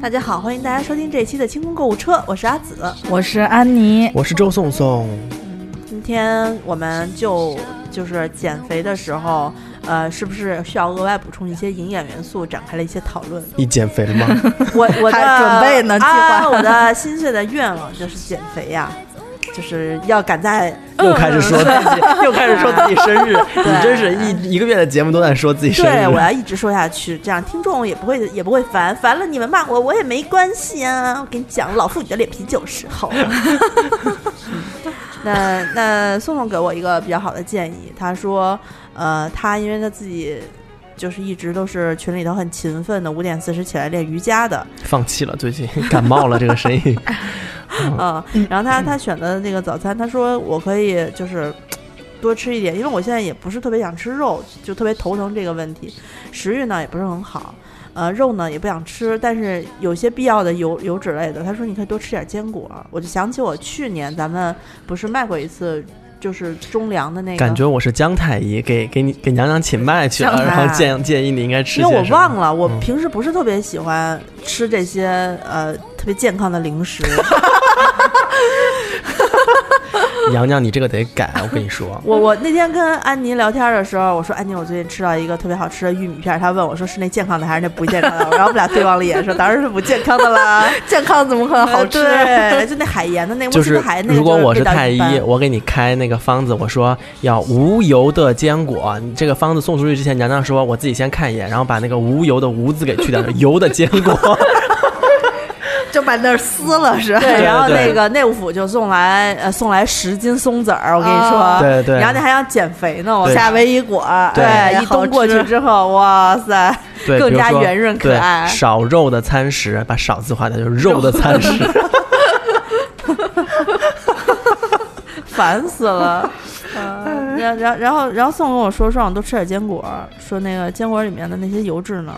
大家好，欢迎大家收听这一期的清空购物车，我是阿紫。我是安妮，我是周颂颂，今天我们就就是减肥的时候，呃，是不是需要额外补充一些营养元素，展开了一些讨 论。你减肥了 吗？我我的还准备呢计划啊，我的心碎的愿望就是减肥呀、就是要赶在又开始说自 己，又开始说自己生日，你真是一一个月的节目都在说自己生对，我日。要一直说下去，这样听众也不会也不会烦，烦了你们骂我我也没关系啊。我跟你讲，老妇女的脸皮就是厚。嗯 那那宋宋给我一个比较好的建议，他说，呃，他因为他自己就是一直都是群里头很勤奋的，五点四十起来练瑜伽的，放弃了，最近感冒了这个 生意。哎嗯，然后他他选择的那个早餐，他说我可以就是多吃一点，因为我现在也不是特别想吃肉，就特别头疼这个问题，食欲呢也不是很好，呃，肉呢也不想吃，但是有些必要的油油脂类的，他说你可以多吃点坚果，我就想起我去年咱们不是卖过一次就是中粮的那个，感觉我是姜太医，给给你给娘娘请脉去姜了，太然后建建议你应该吃些因为我什么忘了，我嗯平时不是特别喜欢吃这些呃特别健康的零食，。娘娘，你这个得改，啊我跟你说我我那天跟安妮聊天的时候，我说安妮，我最近吃到一个特别好吃的玉米片儿，她问我说是那健康的还是那不健康的，然后我们俩对望了一眼，说当然是不健康的啦，健康怎么可 能好吃？ 对，就那海盐的那，就我记是得海那个如果就我是味道太医一般，我给你开那个方子，我说要无油的坚果。你这个方子送出去之前，娘娘说我自己先看一眼，然后把那个无油的无字给去掉， 就油的坚果。就把那儿撕了是吧？对，然后对对那个内务府就送来呃送来十斤松子儿，我跟你说，啊哦对对然后你还想减肥呢，我对下夏威夷果，哎对一冬过去，之后，哇塞，对，更比如加说圆润可对爱少肉的餐食，把“少”字划掉，就是肉的餐食。 烦死 了。呃，哎然然然后然后宋跟我说说让我多吃点坚果，说那个坚果里面的那些油脂呢，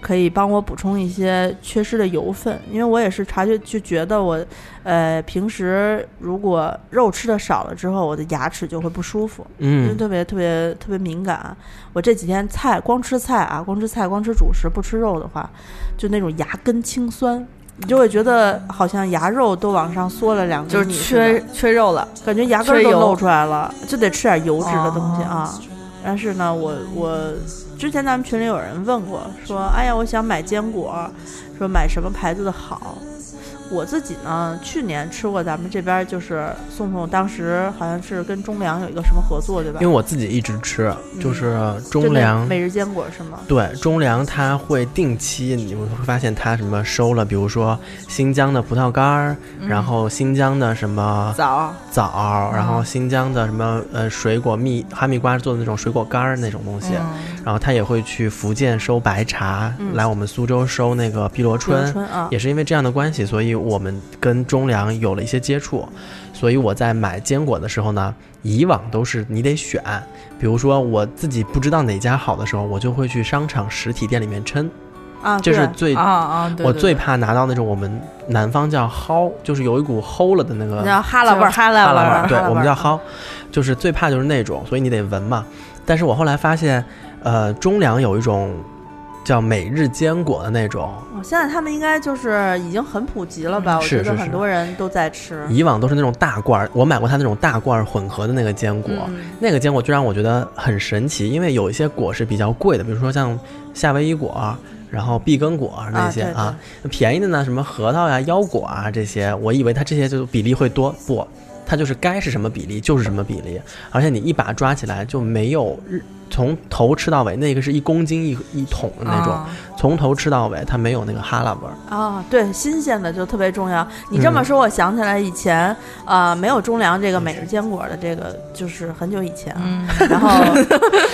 可以帮我补充一些缺失的油分，因为我也是察觉就觉得我，呃，平时如果肉吃的少了之后，我的牙齿就会不舒服，因为嗯，特别特别特别敏感。啊我这几天菜光吃菜啊，光吃菜光吃主食不吃肉的话，就那种牙根青酸。你就会觉得好像牙肉都往上缩了两厘就是米似的缺缺肉了。感觉牙根儿缺都油露出来了，就得吃点油脂的东西啊。哦但是呢，我我之前咱们群里有人问过，说哎呀，我想买坚果，说买什么牌子的好。我自己呢，去年吃过咱们这边就是宋宋当时好像是跟中粮有一个什么合作，对吧因为？我自己一直吃，就是中就那粮。每日坚果是吗？对中粮，它会定期，你们会发现它什么收了，比如说新疆的葡萄干儿，嗯然后新疆的什么枣，枣儿，然嗯后新疆的什么呃水果蜜哈密瓜做的那种水果干儿那种东西，然后它也会去福建收白茶，嗯来我们苏州收那个碧螺春，春啊，也是因为这样的关系，所以我们跟中粮有了一些接触。所以我在买坚果的时候呢，以往都是你得选，比如说我自己不知道哪家好的时候，我就会去商场实体店里面称，啊，这是对最啊啊！对我对最对怕拿到那种我们南方叫蒿，就是有一股齁了的那个你知道哈喇味儿，就是哈喇哈喇味味儿，儿对哈喇味儿我们叫蒿，就是最怕就是那种，所以你得闻嘛。但是我后来发现，呃，中粮有一种叫每日坚果的那种，哦现在他们应该就是已经很普及了吧？我嗯是觉得是很是多人都在吃。以往都是那种大罐儿，我买过它那种大罐儿混合的那个坚果，嗯那个坚果就让我觉得很神奇，因为有一些果是比较贵的，比如说像夏威夷果。啊然后碧根果那些啊对对啊，便宜的呢，什么核桃呀、腰果啊这些，我以为它这些就比例会多，不，它就是该是什么比例就是什么比例，而且你一把抓起来就没有日从头吃到尾，那个是一公斤一一桶的那种，啊从头吃到尾，它没有那个哈喇味儿。啊、对，新鲜的就特别重要。你这么嗯说，我想起来以前，呃，没有中粮这个每日坚果的这个，就是很久以前啊。嗯， 然 后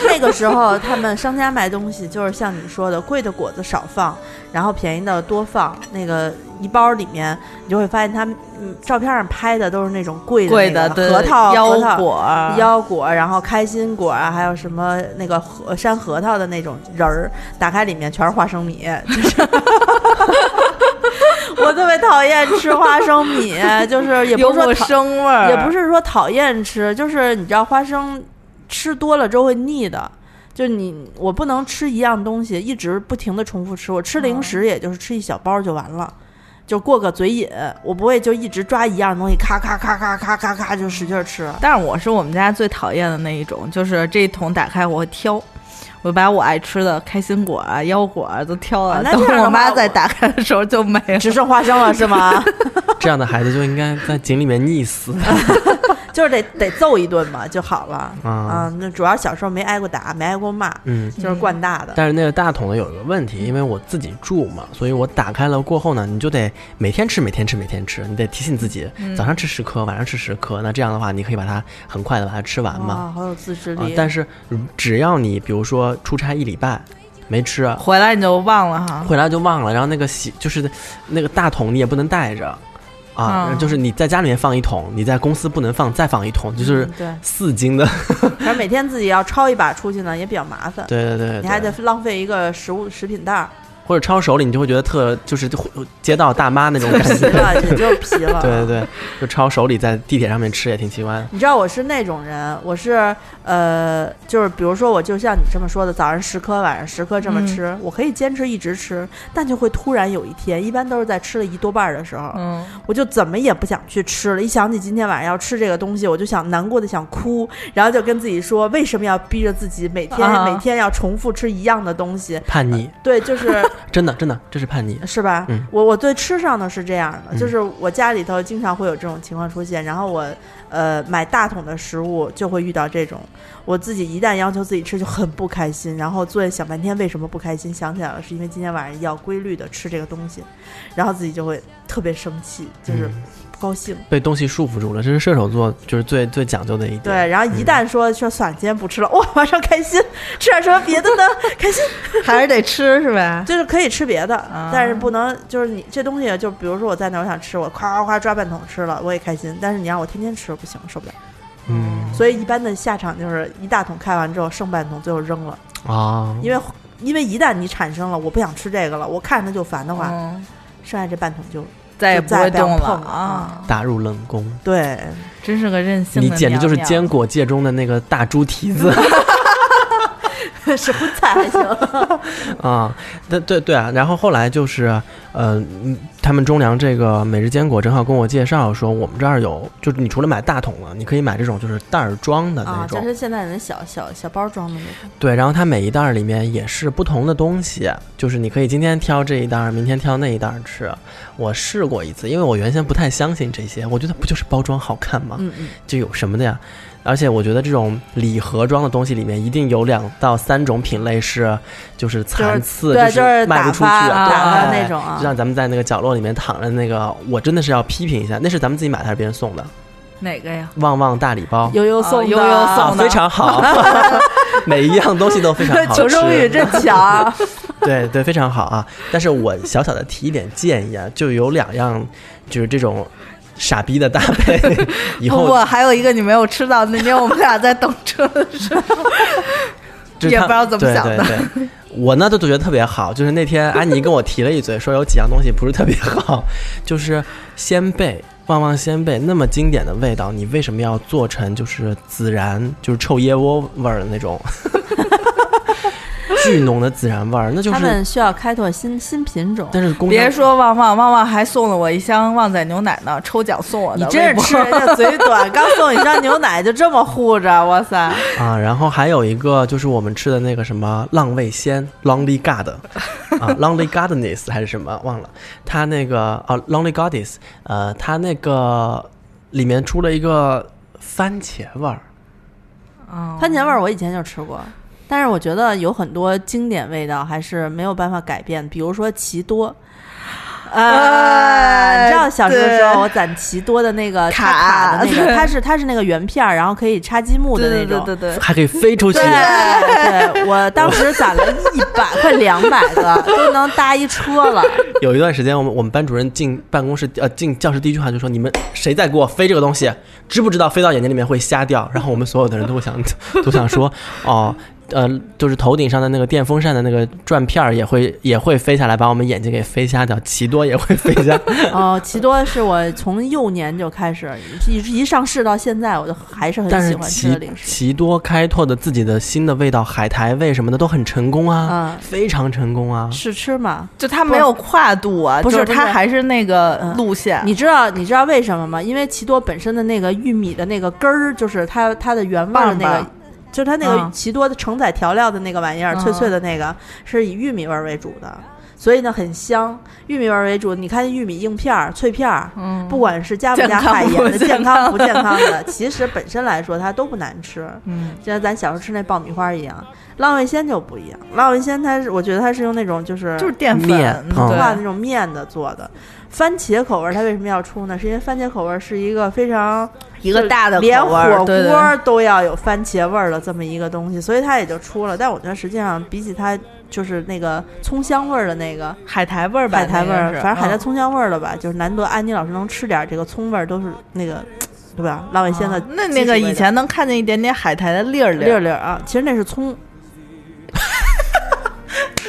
那个时候，他们商家卖东西就是像你说的，贵的果子少放，然后便宜的多放。那个一包里面，你就会发现他们、嗯、照片上拍的都是那种贵的、那贵个、的对核桃、核腰桃果，啊腰果，然后开心果啊，还有什么那个核山核桃的那种仁儿，打开里面全是花生米，就是 我特别讨厌吃花生米，就是也不有是说股讨生味儿，也不是说讨厌吃，就是你知道花生吃多了之后会腻的。就你我不能吃一样东西一直不停的重复吃，我吃零嗯食也就是吃一小包就完了。就过个嘴瘾，我不会就一直抓一样东西，咔咔咔咔咔咔咔就使劲吃。但是我是我们家最讨厌的那一种，就是这一桶打开我会挑，我把我爱吃的开心果啊、腰果啊都挑了，啊那这等样的话我妈我再打开的时候就没 了。只剩花生了是吗？ 这样的孩子就应该在井里面溺死就是得得揍一顿嘛就好了。啊。啊，那主要小时候没挨过打，没挨过骂，嗯，就是惯大的。但是那个大桶的有一个问题，因为我自己住嘛，所以我打开了过后呢，你就得每天吃，每天吃，每天吃，你得提醒自己，嗯早上吃十颗，晚上吃十颗。那这样的话，你可以把它很快的把它吃完嘛。哇，好有自制啊力！，但是只要你比如说出差一礼拜没吃，回来你就忘了哈，回来就忘了，然后那个洗就是那个大桶你也不能带着，啊，哦嗯就是你在家里面放一桶，你在公司不能放，再放一桶，就是嗯对四斤的。反正每天自己要抄一把出去呢，也比较麻烦。对对对对你还得浪费一个食物食品袋 儿，或者抄手里，你就会觉得特就是街道大妈那种 感皮觉。了也就皮了。对对对，就抄手里在地铁上面吃也挺奇怪的。你知道我是那种人，我是呃，就是比如说，我就像你这么说的，早上十颗，晚上十颗嗯这么吃，我可以坚持一直吃，但就会突然有一天，一般都是在吃了一多半儿的时候，嗯，我就怎么也不想去吃了。一想起今天晚上要吃这个东西，我就想难过的想哭，然后就跟自己说，为什么要逼着自己每天、啊每天要重复吃一样的东西？叛逆，对，就是。真的真的，这是叛逆是吧？嗯我我对吃上的是这样的，嗯就是我家里头经常会有这种情况出现，然后我呃买大桶的食物就会遇到这种，我自己一旦要求自己吃就很不开心，然后坐下想半天为什么不开心，想起来了是因为今天晚上要规律的吃这个东西，然后自己就会特别生气，就是嗯不高兴。被东西束缚住了，这是射手座就是最最讲究的一点。对，，然后一旦说说算了，今天不吃了，哇，马上开心，吃点什么别的呢？开心，还是得吃是吧？就是可以吃别的，啊但是不能就是你这东西，就比如说我在那儿我想吃，我夸夸夸抓半桶吃了，我也开心。但是你让我天天吃不行，受不了。嗯所以一般的下场就是一大桶开完之后剩半桶，最后扔了，啊，因为因为一旦你产生了我不想吃这个了，我看着它就烦的话，嗯，剩下这半桶就再也就不再会也不要动碰了了啊！打入冷宫，对，真是个任性的你娘娘，简直就是坚果界中的那个大猪蹄 子。 是荤菜还行。 啊，对对对啊，然后后来就是，呃，嗯他们中粮这个每日坚果正好跟我介绍说，我们这儿有，就是你除了买大桶了，你可以买这种就是袋儿装的那啊，种，这是现在人小小小包装的那种。对，然后它每一袋儿里面也是不同的东西，就是你可以今天挑这一袋儿，明天挑那一袋儿吃。我试过一次，因为我原先不太相信这些，我觉得不就是包装好看吗？嗯嗯，就有什么的呀？而且我觉得这种礼盒装的东西里面，一定有两到三种品类是就是残次，对，就是是卖打不出去发啊，打发对那种就啊。像咱们在那个角落里面躺着那个，我真的是要批评一下，那是咱们自己买的还是别人送的？哪个呀？旺旺大礼包，悠悠啊送的，悠悠啊送的非 常好，每一样东西都非常好吃，求生欲真强。对对，非常好啊。但是我小小的提一点建议啊，就有两样，就是这种傻逼的搭配， 以不后不，还有一个你没有吃到，那天我们俩在等车的时候，就是也他不知道怎么想的对对对我呢都觉得特别好，就是那天安妮跟我提了一嘴，说有几样东西不是特别好，就是鲜贝。旺旺鲜贝那么经典的味道，你为什么要做成就是孜然，就是臭椰窝味儿的那种， 巨浓的孜然味儿？那就他是，们需要开拓新新品种。但是工别商说旺旺，旺旺还送了我一箱旺仔牛奶呢，抽奖送我的。你真是吃人家嘴 短，刚送一箱牛奶就这么护着，哇塞！啊，然后还有一个就是我们吃的那个什么浪味仙 （Lonely God） 啊，Lonely Goddess 还是什么忘了，它那个啊 Lonely Goddess，呃，它那个里面出了一个番茄味儿，嗯番茄味儿我以前就吃过，但是我觉得有很多经典味道还是没有办法改变，比如说奇多。呃，哎你知道小时候的对时候我攒奇多的那个插卡 的那个，卡它是它是那个圆片儿，然后可以插积木的那对对种对。对 对，还可以飞出去。对，对我当时攒了一百快两百个，都能搭一车了。 有一段时间，我们我们班主任进办公室呃进教室第一句话就说：“你们谁在给我飞这个东 西？知不知道飞到眼睛里面会瞎掉？”然后我们所有的人都想都想说：“哦。”呃，就是头顶上的那个电风扇的那个转片儿也会 也会飞下来，把我们眼睛给飞瞎掉。奇多也会飞瞎， 哦，奇多是我从幼年就开始，一一上市到现在，我就还是很但喜是欢吃的奇零食。奇多开拓的自己的新的味道，海苔味什么的都很成功啊，嗯啊，非常成功啊。试吃嘛，就它没有跨度啊，不是就不是它还是那个嗯路线。你知道你知道为什么吗？因为奇多本身的那个玉米的那个根儿，就是它它的原味儿的那棒个棒，就是它那个嗯奇多的承载调料的那个玩意儿，嗯脆脆的那个是以玉米味儿为主的，所以呢很香，玉米味儿为主。你看玉米硬片儿、脆片儿，嗯不管是加不加健康海不盐的，健健康康不健康的，其实本身来说它都不难吃。嗯，就像咱小时候吃那爆米花一样，浪味仙就不一样。浪味仙它是，我觉得它是用那种就是就是淀粉，面对嗯膨化的那种面的做的。番茄口味儿它为什么要出呢？是因为番茄口味儿是一个非常一个大的口味连儿火对对锅儿都要有番茄味儿的这么一个东西，所以它也就出了。但我觉得实际上比起它就是那个葱香味儿的那个海苔味儿吧，海苔味儿那个，是反正海苔嗯葱香味儿的吧，就是难得安妮老师能吃点儿这个葱味儿，都是那个对吧？浪味仙的啊那基那础个味以道前能看见一点点海苔的粒儿粒粒儿儿，粒儿啊，其实那是葱。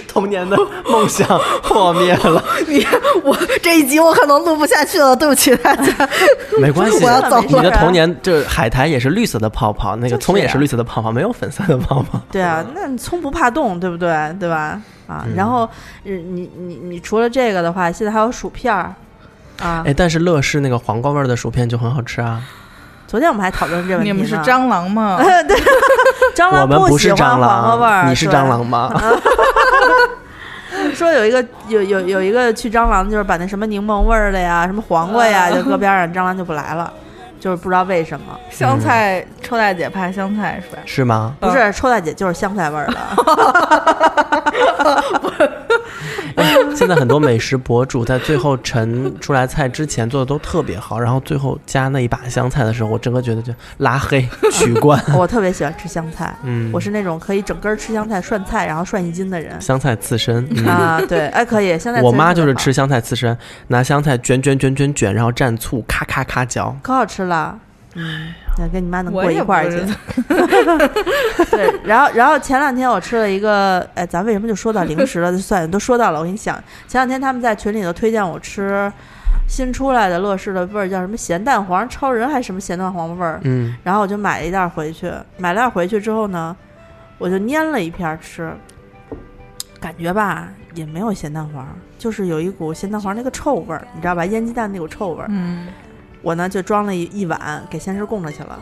童年的梦想 破灭了，我这一集我可能录不下去了，对不起大家。没关系我要走，你的了童年这海苔也是绿色的泡泡，那个就是葱也呀是绿色的泡泡，没有粉色的泡泡。对啊，那你葱不怕冻，对不对？对吧？啊，然后呃你你你除了这个的话，现在还有薯片儿啊。哎，但是乐事那个黄瓜味儿的薯片就很好吃啊。昨天我们还讨论这问题 你呢。们是蟑螂吗？蟑我螂们不啊喜是欢黄蟑瓜味儿，螂，你是吧啊蟑。螂吗？说有一个有有有一个去蟑螂，就是把那什么柠檬味儿的呀，什么黄瓜 呀，就搁边上，蟑螂就不来了，就是不知道为什么。香菜，臭大姐怕香菜是吧？是吗？不是臭大姐就是香菜味儿的， 哎现在很多美食博主在最后盛出来菜之前做的都特别好，然后最后加那一把香菜的时候，我整个觉得就拉黑取 关。我特别喜欢吃香菜，嗯，我是那种可以整根儿吃香菜涮菜，然后涮一斤的人。香菜刺身。嗯啊，对，哎，可以，香菜。我妈就是吃，香菜刺身，拿香菜卷卷卷卷卷，然后蘸醋，咔咔咔嚼。可好吃了。嗯，那跟你妈能哎我过也一块儿不去知。 对，然后然后前两天我吃了一个，哎，咱为什么就说到零食了？就算了，都说到了。我跟你讲，前两天他们在群里头推荐我吃新出来的乐事的味儿，叫什么咸蛋黄超人还是什么咸蛋黄味儿，嗯，然后我就买了一袋儿回去。买了袋儿回去之后呢，我就拈了一片儿吃，感觉吧也没有咸蛋黄，就是有一股咸蛋黄那个臭味儿，你知道吧？腌鸡蛋那股臭味儿。嗯，我呢就装了一一碗给先生供着去了。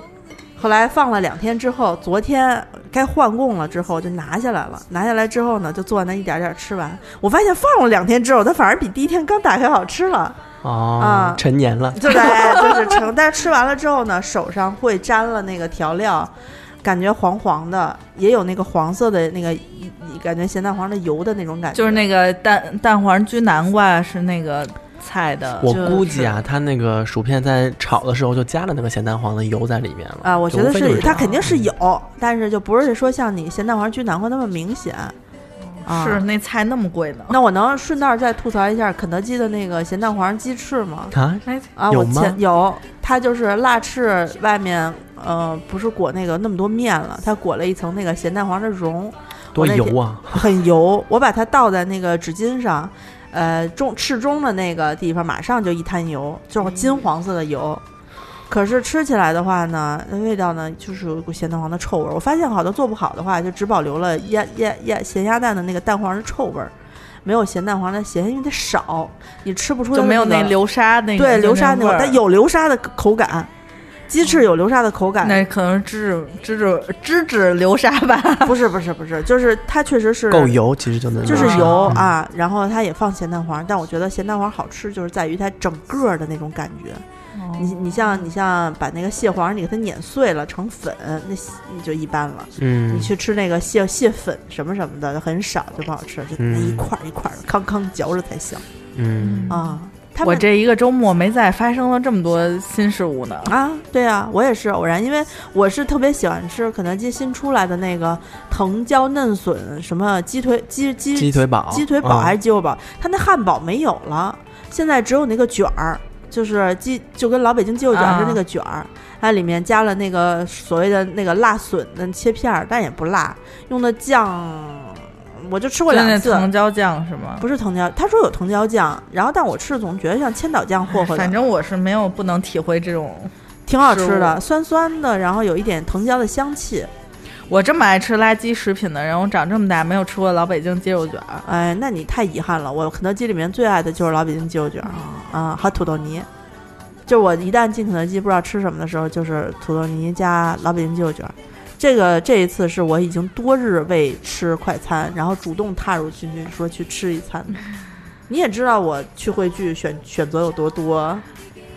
后来放了两天之后，昨天该换供了之后就拿下来了。拿下来之后呢，就坐那一点点吃完。我发现放了两天之后，它反而比第一天刚打开好吃 了。哦啊，成年了。就在就是成，但是吃完了之后呢，手上会沾了那个调料，感觉黄黄的，也有那个黄色的那个，感觉咸蛋黄的油的那种感觉。 就是那个蛋蛋黄焗南瓜是那个菜的，我就估计啊，他那个薯片在炒的时候就加了那个咸蛋黄的油在里面了啊，我就觉无得非是就这它样肯定是有，但是就不是说像你咸蛋黄焗南瓜那么明显。啊是那菜那么贵呢。那我能顺道再吐槽一下肯德基的那个咸蛋黄鸡翅吗？啊，啊，有我吗前有，它就是辣翅外面，呃，不是裹那个那么多面了，它裹了一层那个咸蛋黄的蓉，多那油天啊！很油。我把它倒在那个纸巾上，呃，中翅中的那个地方马上就一滩油，嗯就是金黄色的油。可是吃起来的话呢，那味道呢就是有一股咸蛋黄的臭味儿。我发现好多做不好的话，就只保留了鸭鸭鸭咸鸭蛋的那个蛋黄的臭味儿，没有咸蛋黄的咸，因为它少，你吃不出就它没有那那个流沙那个，对流沙那那种，味儿嗯但有流沙的口感，鸡翅有流沙的口感，那可能是芝芝芝芝芝流沙吧。不是不是不是，就是它确实是够，油，其实就能就是拿上油嗯啊。然后它也放咸蛋黄，但我觉得咸蛋黄好吃就是在于它整个儿的那种感觉。你你像你像把那个蟹黄你给它碾碎了成粉，那你就一般了。嗯，你去吃那个蟹蟹粉什么什么的，很少就不好吃，就那一块儿一块儿的，康康嚼着才香嗯，啊。他我们这一个周末没在，发生了这么多新事物呢。啊，对啊，我也是偶然，因为我是特别喜欢吃肯德基新出来的那个藤椒嫩笋什么鸡腿鸡鸡啊鸡腿堡，鸡腿堡还是嗯鸡肉堡，它那汉堡没有了，现在只有那个卷儿。就是鸡就跟老北京鸡肉卷啊是那个卷儿，它里面加了那个所谓的那个辣笋的切片儿，但也不辣，用的酱我就吃过就那两次，藤椒酱是吗？不是藤椒，他说有藤椒酱，然后但我吃的总觉得像千岛酱霍霍的，哎反正我是没有不能体会这种。挺好吃的，酸酸的，然后有一点藤椒的香气，我这么爱吃垃圾食品的人，我长这么大没有吃过老北京鸡肉卷儿。哎，那你太遗憾了，我肯德基里面最爱的就是老北京鸡肉卷儿啊，还有土豆泥。就我一旦进肯德基不知道吃什么的时候，就是土豆泥加老北京鸡肉卷儿。这个这一次是我已经多日为吃快餐，然后主动踏入军军说去吃一餐的。你也知道我去汇聚选选择有多多，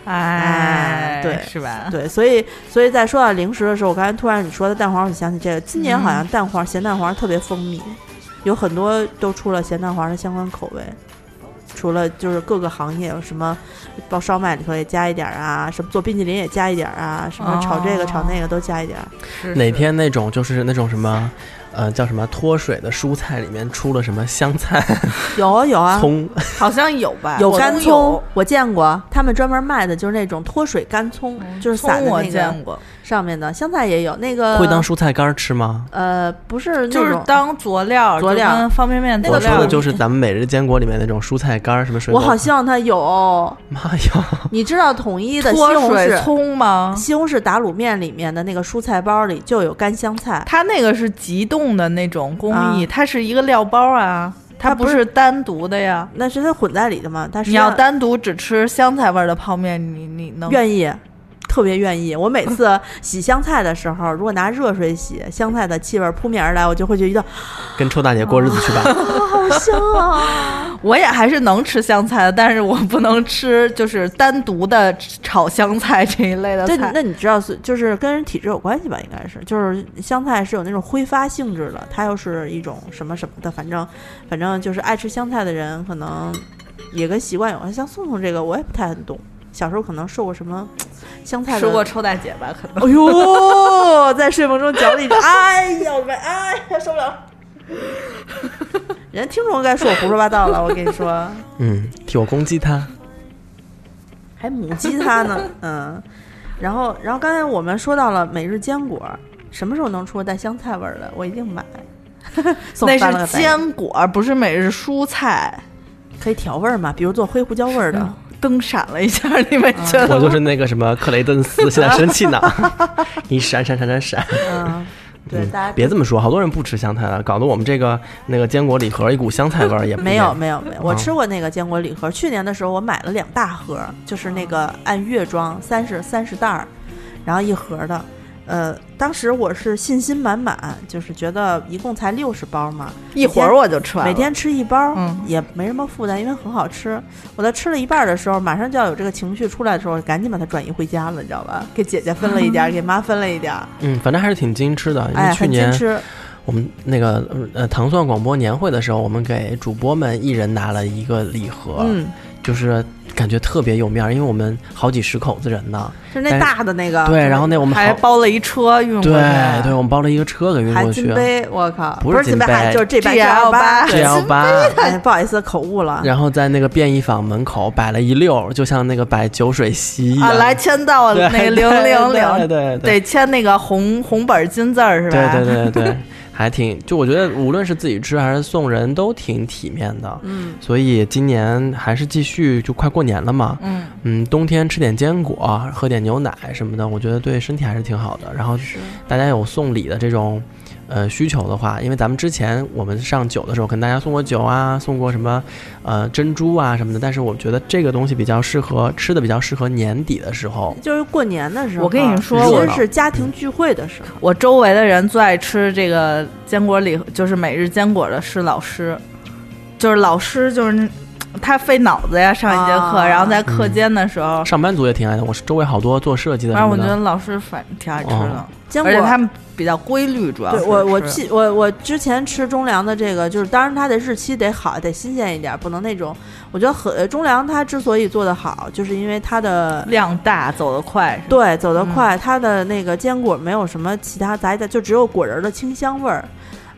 哎，对是 吧？对，所以所以在说到零食的时候，我刚才突然你说的蛋黄，我就想起这个，今年好嗯像蛋黄、咸蛋黄特别风靡，有很多都出了咸蛋黄的相关口味。除了就是各个行业有什么包烧麦里头也加一点儿啊，什么做冰淇淋也加一点儿啊，什么炒这个哦炒那个都加一点儿。是哪是天那种就是那种什么，呃，叫什么脱水的蔬菜里面出了什么香菜、有啊有啊，葱，好像有吧？有我干都葱，我见过，他们专门卖的就是那种脱水干葱，就是撒嗯葱在我那个见过，上面的。香菜也有，那个会当蔬菜干儿吃吗？呃不是那种就是当佐料，佐料就跟方便面佐我料。说的就是咱们每日坚果里面那种蔬菜干儿，什么水我果。好希望它有。妈呀！你知道统一的西脱红水柿葱吗？西红柿打卤面里面的那个蔬菜包里就有干香菜，它那个是急冻的那种工艺，啊它是一个料包啊，它它不不是是单独的呀。那是它混在里的嘛？但是你要单独只吃香菜味儿的泡面，你你能愿意，特别愿意。我每次洗香菜的时候，如果拿热水洗，香菜的气味扑面而来，我就会觉得跟臭大姐过日子去 吧。好香啊！我也还是能吃香菜的，但是我不能吃就是单独的炒香菜这一类的对，菜。那你知道是就是跟人体质有关系吧？应该是，就是香菜是有那种挥发性质的，它又是一种什么什么的，反正反正就是爱吃香菜的人可能也跟习惯有关。像宋宋这个我也不太很懂，小时候可能受过什么香菜的吃过臭大姐吧，可 能哎呦，在睡梦中嚼了一口，哎呀，我的哎呀，受不了 了。人家听众该说我胡说八道了，我跟你说，嗯，替我攻击她。还母鸡它 呢，嗯。然后，然后刚才我们说到了每日坚果，什么时候能出带香菜味儿的？我一定买。 送那翻了个是白眼坚果，不是每日蔬菜。可以调味儿嘛？比如做黑胡椒味儿的，灯闪了一下，你们嗯觉 得我吗？就是那个什么克雷 顿斯，现在生气呢。 你闪闪闪闪闪！嗯，对，嗯大家别这么说，好多人不吃香菜了，搞得我们这个那个坚果礼盒一股香菜味儿也没有没有没有，我嗯吃过那个坚果礼盒。去年的时候，我买了两大盒，就是那个按月装，三十三十袋儿，然后一盒的。呃，当时我是信心满满，就是觉得一共才六十包嘛，一会儿我就吃完了。每天吃一包嗯也没什么负担，因为很好吃。我在吃了一半的时候，马上就要有这个情绪出来的时候，赶紧把它转移回家了，你知道吧？给姐姐分了一点儿，给妈分了一点儿，嗯，反正还是挺矜持的。因哎，为去很矜年持。我们那个呃糖蒜广播年会的时候，我们给主播们一人拿了一个礼盒，嗯，就是感觉特别有面儿，因为我们好几十口子人呢。是那但是大的那个，对，然后那我们还好包了一车运过去。对对，我们包了一个车给运含过金去杯，我靠，不不是是金金杯还就是这版 GL 八八，G 对。 L 八。 哎，不好意思，口误了。啊然后在那个便衣坊门口摆了一溜儿，就像那个摆酒水席一样。啊，来签到对对那个零零对零，对得签那个红红本金字儿是吧？对对对 对，还挺就我觉得无论是自己吃还是送人都挺体面的，嗯，所以今年还是继续，就快过年了嘛，嗯，嗯，冬天吃点坚果，喝点牛奶什么的，我觉得对身体还是挺好的。然后大家有送礼的这种。呃，需求的话，因为咱们之前我们上酒的时候跟大家送过酒啊，送过什么，呃，珍珠啊什么的。但是我觉得这个东西比较适合吃的，比较适合年底的时候。就是过年的时候，我跟你说其我实是家庭聚会的时候，我周围的人最爱吃这个坚果礼，就是每日坚果的是老师，就是老师就是他费脑子呀，上一节课，啊然后在课嗯间的时候，上班族也挺爱的，我是周围好多做设计的反什正啊我么觉的。得老师反挺爱吃的哦，坚而且果。他们比较规律，主要对是我，我吃记我我之前吃中粮的这个，就是当然它的日期得好，得新鲜一点，不能那种。我觉得很呃中粮它之所以做得好，就是因为它的量大，走得快，是吧对走得快，它的那个坚果没有什么其他杂的，就只有果仁儿的清香味儿。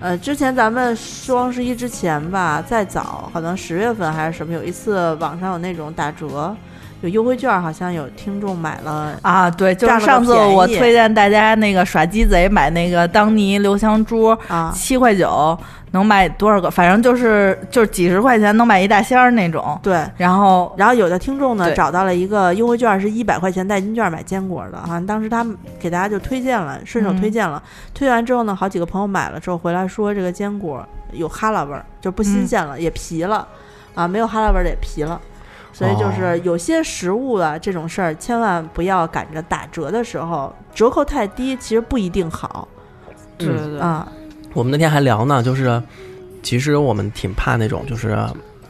呃，之前咱们双十一之前吧，再早，可能十月份还是什么，有一次网上有那种打折，有优惠券，好像有听众买了，啊，对，就占是了个上次我便宜推荐大家那个耍鸡贼买那个当尼留香珠，啊七块九能买多少个？反正就是就是几十块钱能买一大箱儿那种。对。然后然后有的听众呢对找到了一个优惠券，是一百块钱代金券买坚果的，好像当时他给大家就推荐了，顺手嗯推荐了。推荐完之后呢，好几个朋友买了之后回来说这个坚果有哈喇味儿，就不新嗯鲜了，也皮了啊，没有哈喇味儿的也皮了。所以就哦是有些食物啊，这种事儿千万不要赶着打折的时候，折扣太低其实不一定好对对对，啊。我们那天还聊呢，就是其实我们挺怕那种，就是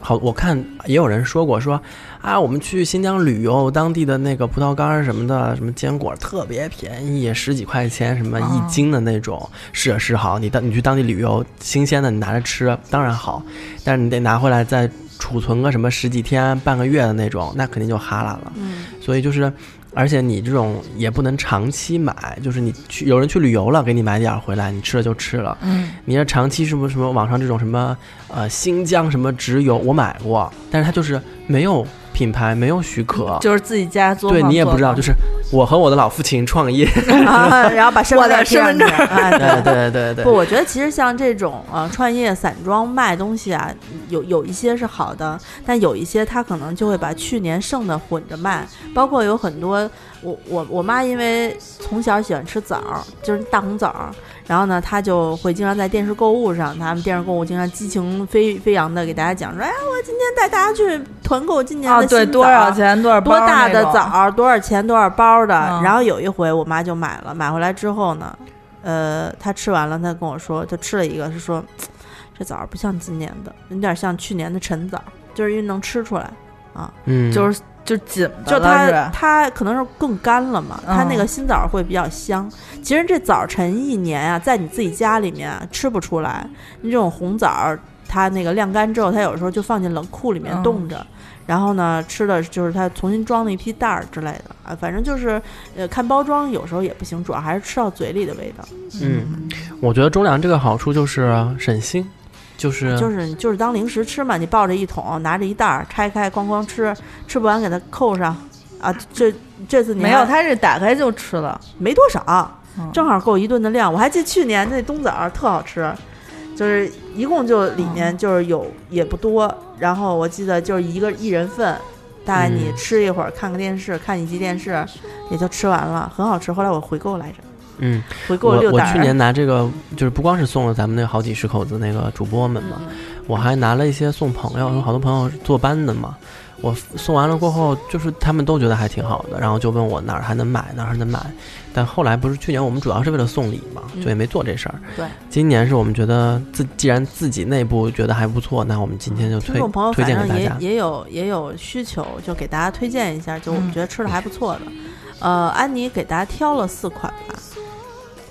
好，我看也有人说过说啊，我们去新疆旅游，当地的那个葡萄干儿什么的，什么坚果特别便宜，十几块钱什么哦一斤的那种，是是好，你当你去当地旅游，新鲜的你拿着吃当然好，但是你得拿回来再储存个什么十几天、半个月的那种，那肯定就哈喇了。嗯，所以就是，而且你这种也不能长期买，就是你去有人去旅游了，给你买点儿回来，你吃了就吃了。嗯，你要长期什么什么网上这种什么呃新疆什么直邮，我买过，但是它就是没有品牌，没有许可。嗯就是自己家做，对你也不知道，就是是我和我的老父亲创业，啊 然后把身份我的证贴上身份去哎，对 对对对对不，，我觉得其实像这种呃创业散装卖东西啊，有有一些是好的，但有一些他可能就会把去年剩的混着卖，包括有很多我我我妈因为从小喜欢吃枣儿，就是大红枣儿，然后呢，她就会经常在电视购物上，他们电视购物经常激情飞飞扬的给大家讲说，哎，我今天带大家去团购今年啊，的新枣、对，多少？钱多少包多大的那种枣儿，多少钱，多少包的。嗯然后有一回我妈就买了，买回来之后呢，呃，她吃完了，她跟我说，就吃了一个，是说嘖这枣儿不像今年的，有点像去年的陈枣儿，就是因为能吃出来。嗯，就是就紧的就了它是它可能是更干了嘛，它那嗯个新枣儿会比较香。其实这枣儿陈一年啊，在你自己家里面、啊、吃不出来，你这种红枣儿，它那个晾干之后，它有时候就放进冷库里面嗯冻着。然后呢，吃的就是它重新装了一批袋儿之类的啊，反正就是，呃，看包装有时候也不行，主要还是吃到嘴里的味道，嗯，我觉得中粮这个好处就是省心，嗯就是就是就是当零食吃嘛，你抱着一桶，拿着一袋儿拆开，咣咣吃，吃不完给它扣上，啊，这这次你没有，还它是打开就吃了，没多少，嗯正好够一顿的量。我还记得去年那冬枣儿特好吃，就是一共就里嗯面就是有也不多，然后我记得就是一个一人份，大概你嗯吃一会儿，看个电视，看一集电视，也就吃完了，很好吃。后来我回购来着，嗯，回购我六我袋儿。去年拿这个就是不光是送了咱们那好几十口子那个主播们嗯嘛，我还拿了一些送朋友，有好多朋友是坐班的嘛。我送完了过后，就是他们都觉得还挺好的，然后就问我哪儿还能买，哪儿还能买。但后来不是去年我们主要是为了送礼嘛，嗯就也没做这事儿。对，今年是我们觉得自既然自己内部觉得还不错，那我们今天就听推众朋友推反荐给正大也家。也有也有需求，就给大家推荐一下，就我们嗯觉得吃的还不错的。呃，安妮给大家挑了四款吧，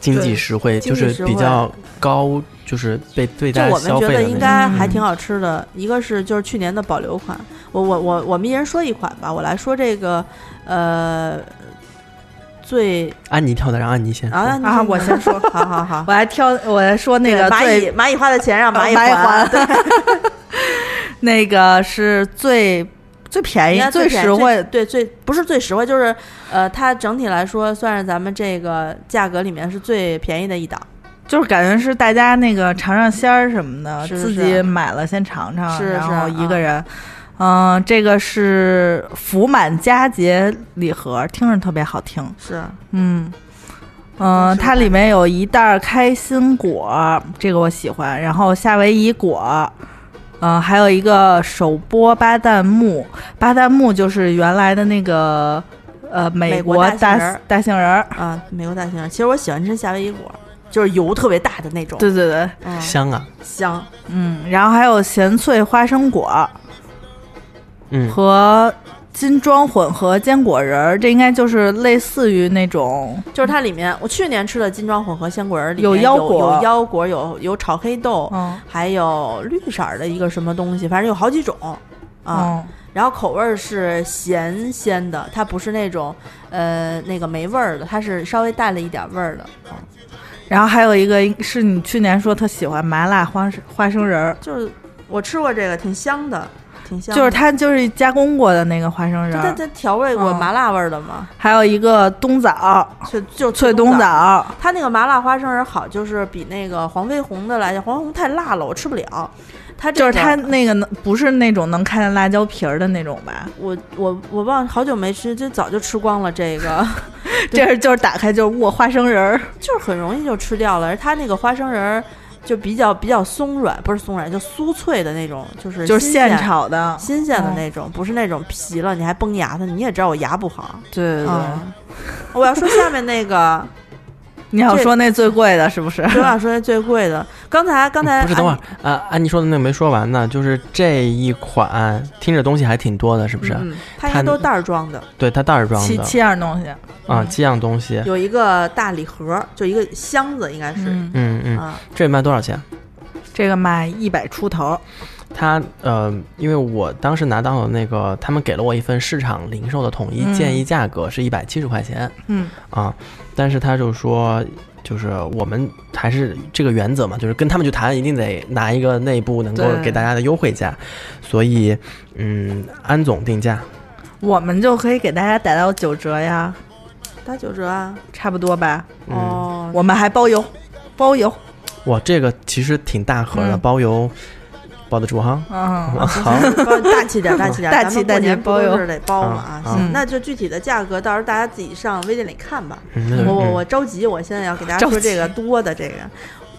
经济实惠经就济是实惠比较高，就是被对就大家我们消觉费得的应那种。嗯该还挺好吃的，一个是就是去年的保留款，我我我我们一人说一款吧，我来说这个，呃，最安妮跳的，让安妮先说。啊啊我先说， 好好好，呃我还挑我还说那个蚂最蚁蚂蚁花的钱让蚂蚁蚂蚁还， 还那个是最最人便哎宜家、最便宜实惠，对最不是最实惠，就是呃，它整体来说算是咱们这个价格里面是最便宜的一档，就是感觉是大家那个尝尝鲜儿什么的，是自是己买了先尝尝，是然是后一个嗯人。嗯、这个是福满佳节礼盒，听着特别好听。是嗯嗯、是它里面有一袋儿开心果，这个我喜欢。然后夏威夷果，嗯、还有一个手剥巴旦木，巴旦木就是原来的那个呃美美国国大杏大仁儿大杏仁儿。啊，美国大杏仁，其实我喜欢吃夏威夷果，就是油特别大的那种，对对对，嗯，香啊，香，嗯，然后还有咸脆花生果嗯，和金装混合坚果仁儿，这应该就是类似于那种就是它里面，我去年吃的金装混合鲜果仁里面有腰有果有腰果，有有炒黑豆，嗯还有绿色儿的一个什么东西，反正有好几种啊。嗯然后口味儿是咸鲜的，它不是那种呃那个没味儿的，它是稍微带了一点味儿的，然后还有一个是你去年说特喜欢麻辣花生花生仁儿，就是。我吃过这个，挺香的，挺香的，就是它就是加工过的那个花生仁它它儿，它调味过嗯麻辣味儿的吗？还有一个冬枣，就就脆冬哦冬枣。枣，它那个麻辣花生仁好，就是比那个黄飞鸿的来讲，黄飞鸿太辣了，我吃不了。它这就是个它那个能不是那种能看见辣椒皮儿的那种吧？我我我忘了好久没吃，就早就吃光了这个， 这是就是打开就是哇花生仁儿，就是很容易就吃掉了。而它那个花生仁儿就比较比较松软，不是松软，就酥脆的那种，就是就是现现炒的，新鲜的那种，不是那种皮了你还崩牙的。你也知道我牙不好，对对对。嗯，我要说下面那个，你要这说那最贵的是不是？我想说那最贵的，刚才刚才不是，等会儿，啊，安妮说的那个没说完呢，就是这一款听着东西还挺多的，是啊不是？嗯，它应该它都是袋儿装的，对，它袋儿装七的七样东西，啊，七样东西。有一个大礼盒，就一个箱子，应该是。嗯，嗯嗯，啊，这卖多少钱？这个卖一百出头，它呃，因为我当时拿到的那个，他们给了我一份市场零售的统一嗯建议价格是一百七十块钱嗯，啊，但是他就说。就是我们还是这个原则嘛，就是跟他们去谈，一定得拿一个内部能够对给大家的优惠价，所以，嗯，安总定价，我们就可以给大家打到九折呀，打九折啊！差不多吧。嗯，哦，我们还包邮，包邮，哇，这个其实挺大盒的，嗯包邮包得 住哈。嗯，啊好，包大气点，大气点，大咱气们过大气年不包都邮是得包嘛啊啊！行嗯，那就具体的价格，到时候大家自己上微店里看吧。嗯那就我我嗯我着急，我现在要给大家着说这个急多的这个，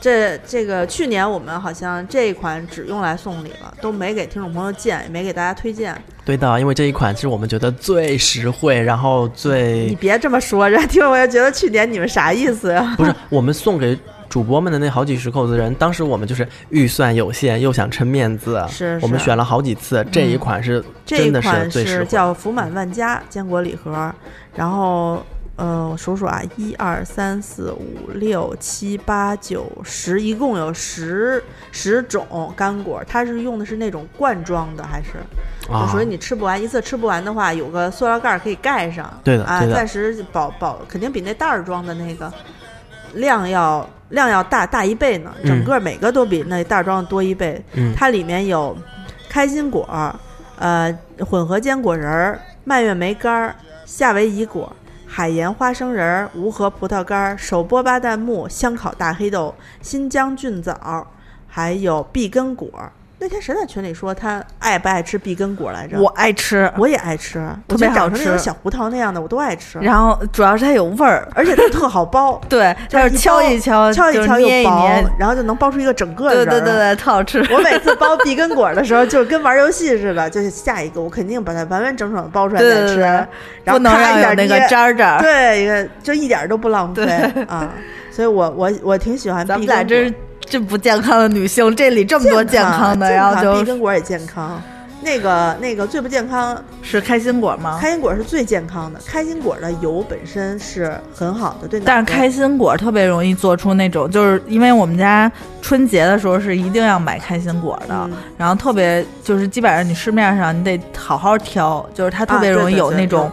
这这个去年我们好像这一款只用来送礼了，都没给听众朋友见，也没给大家推荐。对的，因为这一款是我们觉得最实惠，然后你最别这么说，人家听众朋友觉得去年你们啥意思呀、不是我们送给主播们的那好几十口子人，当时我们就是预算有限，又想撑面子，是我们是嗯选了好几次，这一款是这真一的款最实是惠。啊叫福满万家坚果礼盒，然后呃，我数数啊，一二三四五六七八九十，一共有十十种干果，它是用的是那种罐装的，还是就啊属于你吃不完一次吃不完的话，有个塑料盖儿可以盖上，对的啊，对的暂时保保肯定比那袋儿装的那个量要量要大大一倍呢，整嗯个每个都比那袋儿装的多一倍，嗯它里面有开心果儿，呃，混合坚果仁儿、蔓越莓干儿、夏威夷果儿、海盐花生仁儿、无核葡萄干儿、手剥巴旦木、香烤大黑豆、新疆菌枣，还有碧根果儿。那天谁在群里说他爱不爱吃碧根果来着？我爱吃。我也爱吃，特别我觉得长好成那吃种小胡桃那样的我都爱吃，然后主要是它有味儿，，而且它特好剥 对，就它是是敲一一敲，敲一就是敲捏又一薄捏，，然后就能剥出一个整个对人对儿对来对，特好吃。 我每次包碧根果的时候，就跟玩游戏似的，就是下一个我肯定把它完完整整的包出来对再对吃，对，然不后能咔让一有点那个捏渣儿渣儿。对，一个就一点都不浪费对啊。所以我我我挺喜欢咱碧们根俩果，真是这不健康的女性，这里这么多健康的，健然后碧就根果也健康。那个那个最不健康，是开心果吗？开心果是最健康的。开心果的油本身是很好的，对脑子。但是开心果特别容易做出那种，就是因为我们家春节的时候是一定要买开心果的，嗯然后特别就是基本上你市面上你得好好挑，就是它特别啊容对易对有对那种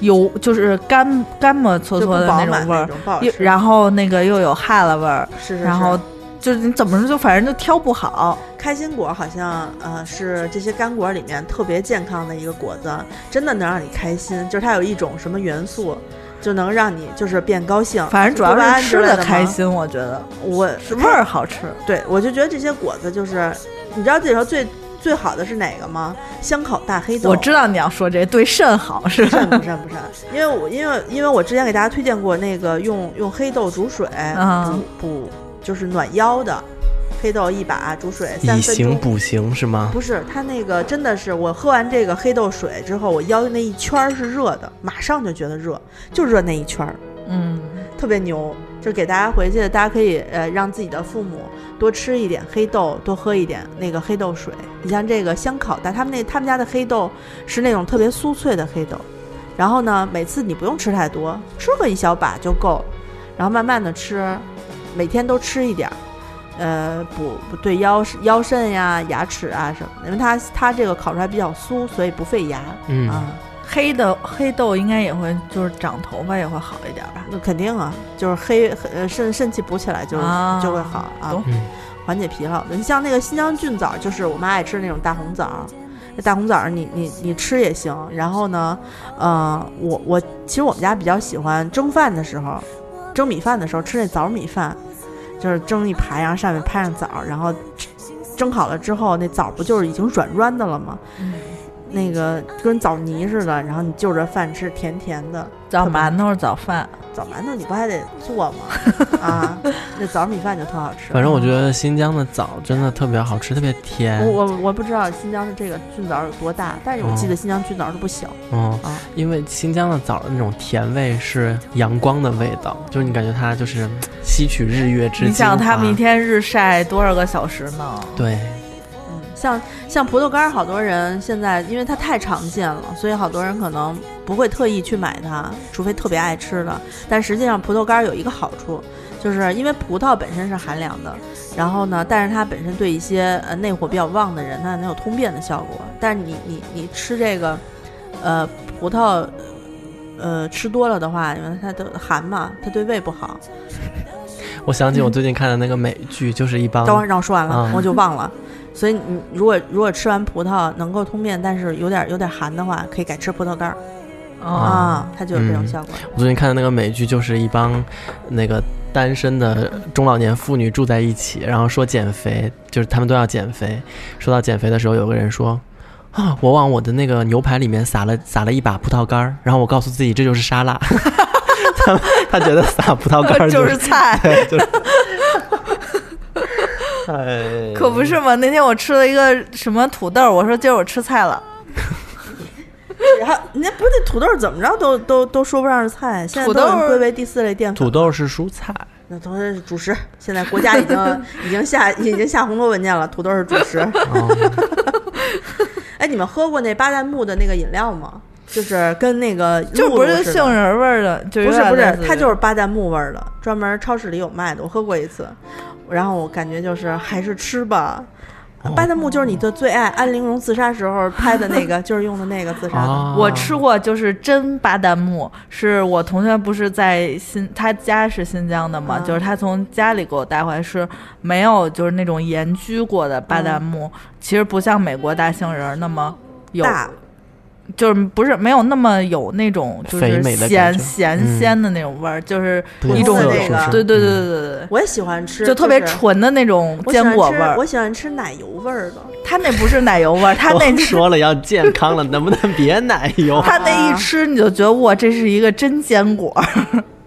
油，就是干干么搓就不搓的饱种满味儿，种不好又吃。然后那个又有哈喇味儿，是是是然后就是你怎么说就反正就挑不好，开心果好像呃是这些干果里面特别健康的一个果子，真的能让你开心，就是它有一种什么元素，就能让你就是变高兴。反正主要多巴胺是吃之类的的吗开。心，我觉得我是味儿好吃。对我就觉得这些果子就是，你知道这里头最最好的是哪个吗？香烤大黑豆。我知道你要说这对肾好是不吧？善不善不善，因为我因为因为我之前给大家推荐过那个用用黑豆煮水嗯补补就是暖腰的，黑豆一把煮水三以分钟形补形是吗？不是，它那个真的是我喝完这个黑豆水之后，我腰那一圈儿是热的，马上就觉得热，就热那一圈儿，嗯，特别牛。就给大家回去，大家可以呃让自己的父母多吃一点黑豆，多喝一点那个黑豆水。你像这个香烤蛋，他们那他们家的黑豆是那种特别酥脆的黑豆，然后呢，每次你不用吃太多，吃个一小把就够，然后慢慢的吃，每天都吃一点儿。呃，补不对腰腰肾呀、牙齿啊什么的，因为它它这个烤出来比较酥，所以不费牙、嗯啊。黑的黑豆应该也会就是长头发也会好一点吧？那肯定啊，就是黑黑呃肾肾气补起来就、啊就会好啊懂，嗯缓解疲劳的。你像那个新疆菌枣，就是我妈爱吃那种大红枣，这大红枣儿你你你吃也行。然后呢，呃，我我其实我们家比较喜欢蒸饭的时候，蒸米饭的时候吃那枣米饭，就是蒸一排，然后上面拍上枣儿，然后吃蒸好了之后，那枣儿不就是已经软软的了吗？那个跟枣泥似的，然后你就着饭吃，甜甜的。早馒头早饭，枣馒头你不还得做吗？ 啊，那枣米饭就特好吃。反正我觉得新疆的枣真的特别好吃，特别甜。我我我不知道新疆的这个菌枣有多大，但是我记得新疆菌枣都不小。嗯啊，因为新疆的枣的那种甜味是阳光的味道，就是你感觉它就是嗯吸取日月之你想他们一明天天日晒多少个小时呢？对，嗯，像像葡萄干儿，好多人现在因为它太常见了，所以好多人可能不会特意去买它，除非特别爱吃的。但实际上，葡萄干儿有一个好处，就是因为葡萄本身是寒凉的，然后呢，但是它本身对一些呃内火比较旺的人，它能有通便的效果。但是你你你吃这个，呃，葡萄。呃，吃多了的话，因为它的寒嘛，它对胃不好。我想起我最近看的那个美剧，就是一帮等会儿让我说完了，嗯我就忘了。所以你如果如果吃完葡萄能够通便，但是有点有点寒的话，可以改吃葡萄干儿啊，啊，它就有这种嗯效果。我最近看的那个美剧，就是一帮那个单身的中老年妇女住在一起，然后说减肥，就是他们都要减肥。说到减肥的时候，有个人说：“啊，我往我的那个牛排里面撒了撒了一把葡萄干儿，然后我告诉自己这就是沙拉。 他”他觉得撒葡萄干儿 就是是菜，对， 就是。哎，可不是嘛？那天我吃了一个什么土豆，我说今儿我吃菜了，然后人家不是那土豆怎么着都都都说不上是菜，现在土都豆有人归为第四类淀粉。土豆是蔬菜，那土豆是主食，现在国家已 经已经下已经下红头文件了，土豆是主食。哦 哎，你们喝过那巴旦木的那个饮料吗？就是跟那个就露不露是似的杏仁味儿的，就不是不是，它就是是巴旦木味儿的，专门超市里有卖的，我喝过一次，然后我感觉就是还是吃吧。哦巴旦木就是你的最爱，安陵容自杀时候拍的 那个，就是用的那个自杀的。啊我吃过，就是真巴旦木，是我同学不是在新，他家是新疆的嘛，嗯就是他从家里给我带回来是没有就是那种盐焗过的巴旦木，其实不像美国大杏仁儿那么有，大，就是不是没有那么有那种就肥是美的感咸觉咸鲜的那种味儿，就是不一用种色那是不个是嗯对对嗯对对对对。我也喜欢吃，就特别是纯的那种我喜坚欢果吃味儿我，喜欢吃奶油味儿的，它那不是奶油味儿，它我那是说了要健康了，能不能别奶油？它那一吃你就觉得哇，这是一个真坚果，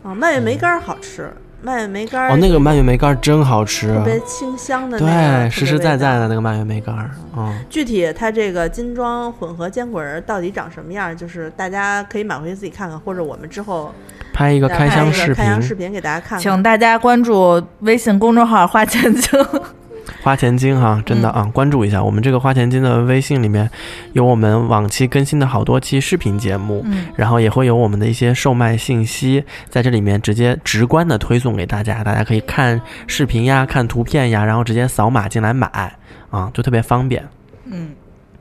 啊，蔓越莓干儿好吃，蔓越莓干儿哦，那个蔓越莓干儿真好吃，啊特别清香的那个，对，特实别实味在在道。的那个蔓越莓干儿，嗯，具体它这个金装混合坚果仁儿到底长什么样儿，就是大家可以买回去自己看看，或者我们之后拍一个再拍开一箱个视开箱视频，频给大家看看。请大家关注微信公众号“花钱精花钱精哈，真嗯的啊，关注一下我们这个花钱精的微信里面，有我们往期更新的好多期视频节目”，。嗯，然后也会有我们的一些售卖信息，在这里面直接直观的推送给大家，大家可以看视频呀、看图片呀，然后直接扫码进来买啊，就特别方便。嗯，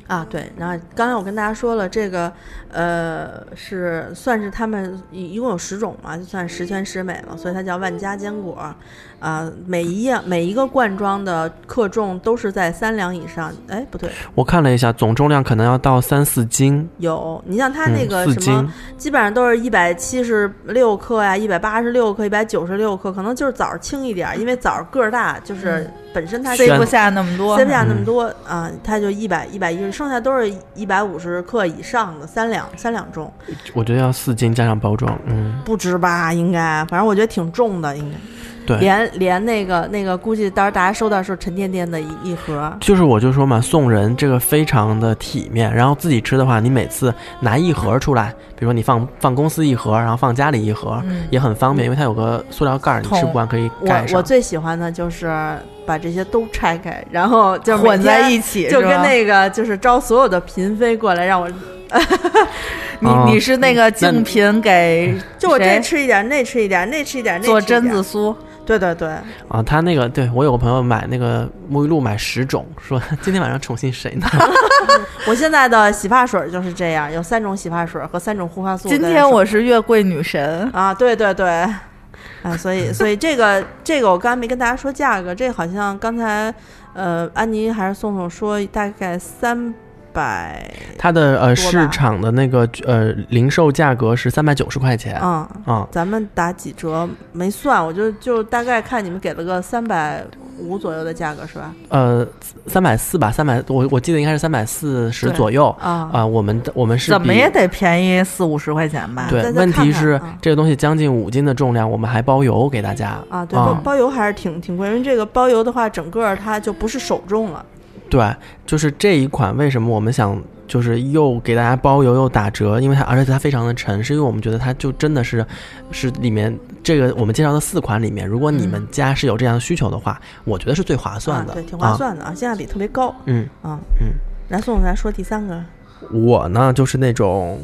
啊，对，然后刚才我跟大家说了，这个呃是算是他们一一共有十种嘛，就算十全十美了，所以它叫万家坚果。啊、每一样每一个罐装的克重都是在三两以上，哎，不对，我看了一下，总重量可能要到三四斤，有你像它嗯那个四什么，斤，基本上都是一百七十六克呀，一百八十六克，一百九十六克，可能就是枣儿轻一点儿，因为枣儿个儿大，嗯就是本身它塞选不下那么多塞，不下那嗯么多啊，它就一百一百一十，剩下都是一百五十克以上的三两三两重，我觉得要四斤加上包装，嗯，不值吧？应该，反正我觉得挺重的，应该对，连连那个那个，估计到时候大家收到是沉甸甸的一一盒。就是我就说嘛，送人这个非常的体面，然后自己吃的话，你每次拿一盒出来，比如说你放放公司一盒，然后放家里一盒，嗯，也很方便，因为它有个塑料盖儿，你桶吃不完可以盖我上。我最喜欢的就是把这些都拆开，然后就每混在天一起，就是跟吧那个就是招所有的嫔妃过来让我，哦你你是那个竞品给嗯就我这谁吃一点，那吃一点，那吃一点，那做吃一榛点子。酥，对对对，啊，他那个对我有个朋友买那个沐浴露买十种，说 今天晚上宠幸谁呢？我现在的洗发水就是这样，有三种洗发水和三种护发素。今天我是月桂女神， 啊，对对对，啊，所以所以这个这个我刚才没跟大家说价格，这好像刚才呃安妮还是宋宋说大概三百，它的呃多吧市场的那个呃零售价格是三百九十块钱哦啊、嗯，咱们打几折没算，我就就大概看你们给了个三百五左右的价格是吧？呃三百四吧，三百我我记得应该是三百四十对左右啊、啊、我们的我们是怎么比也得便宜四五十块钱吧？对，啊再再问看题看是、嗯这个东西将近五斤的重量，我们还包邮给大家啊，对，包嗯包邮还是挺挺贵，因为这个包邮的话，整个它就不是手重了。对，就是这一款为什么我们想就是又给大家包邮又打折，因为它而且它非常的沉，是因为我们觉得它就真的是是里面这个我们介绍的四款里面，如果你们家是有这样的需求的话，我觉得是最划算嗯的，啊，对，挺划啊。算的啊，性价比特别高嗯，啊。嗯，来宋总，咱说第三个我呢就是那种，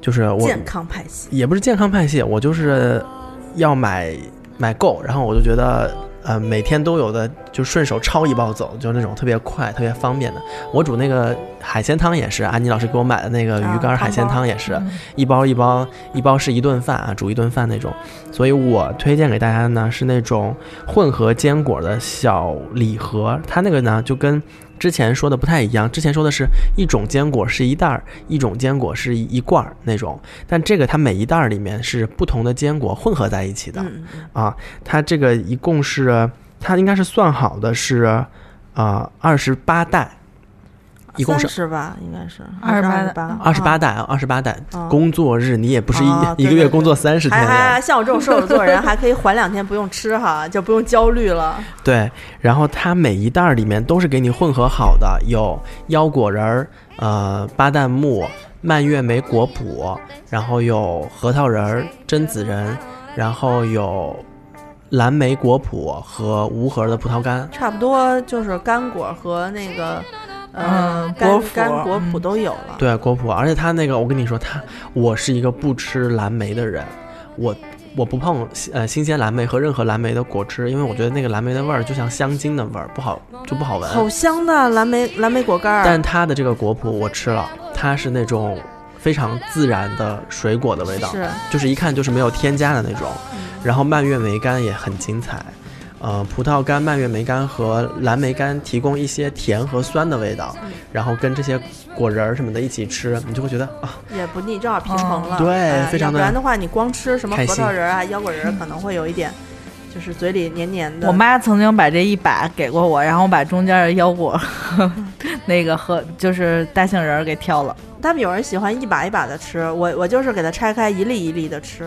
就是我健康派系，也不是健康派系，我就是要买买够，然后我就觉得呃每天都有的就顺手抄一包走，就那种特别快、特别方便的。我煮那个海鲜汤也是，安妮老师给我买的那个啊鱼干海鲜汤包汤也嗯是，嗯一包一包一包是一顿饭啊，煮一顿饭那种。所以我推荐给大家呢是那种混合坚果的小礼盒，它那个呢就跟之前说的不太一样，之前说的是一种坚果是一袋儿，一种坚果是一罐儿那种，但这个它每一袋儿里面是不同的坚果混合在一起的，嗯，嗯它这个一共是它应该是算好的是啊二十八袋，一共三。是十吧，应该是28八二十八袋啊，二十八袋，啊工作日你也不是一、啊对一个月对哎工作三十天还呀、 还像我这种射手座人，还可以缓两天不用吃哈，就不用焦虑了。对，然后它每一袋儿里面都是给你混合好的，有腰果仁儿、呃巴旦木、蔓越莓果脯，然后有核桃仁儿、榛子仁，然后有蓝莓果脯和无核的葡萄干。差不多就是干果和那个，呃嗯，干果脯干果嗯脯都有了。对，果脯，而且它那个，我跟你说，它我是一个不吃蓝莓的人，我我不碰呃新鲜蓝莓和任何蓝莓的果汁，因为我觉得那个蓝莓的味儿就像香精的味儿，不好就不好闻。好香的蓝莓蓝莓果干儿，但它的这个果脯嗯我吃了，它是那种非常自然的水果的味道，是嗯就是一看就是没有添加的那种。然后蔓越莓干也很精彩，呃，葡萄干、蔓越莓干和蓝莓干提供一些甜和酸的味道，嗯然后跟这些果仁儿什么的一起吃，你就会觉得啊，也不腻，正好平衡了。嗯对哎非常要地不然的话，你光吃什么核开心桃仁儿啊、腰果仁儿，可能会有一点，就是嘴里黏黏的。我妈曾经把这一把给过我，然后我把中间的腰果和嗯 那个和就是大杏仁儿给挑了。他们有人喜欢一把一把的吃，我我就是给它拆开一粒一粒的吃，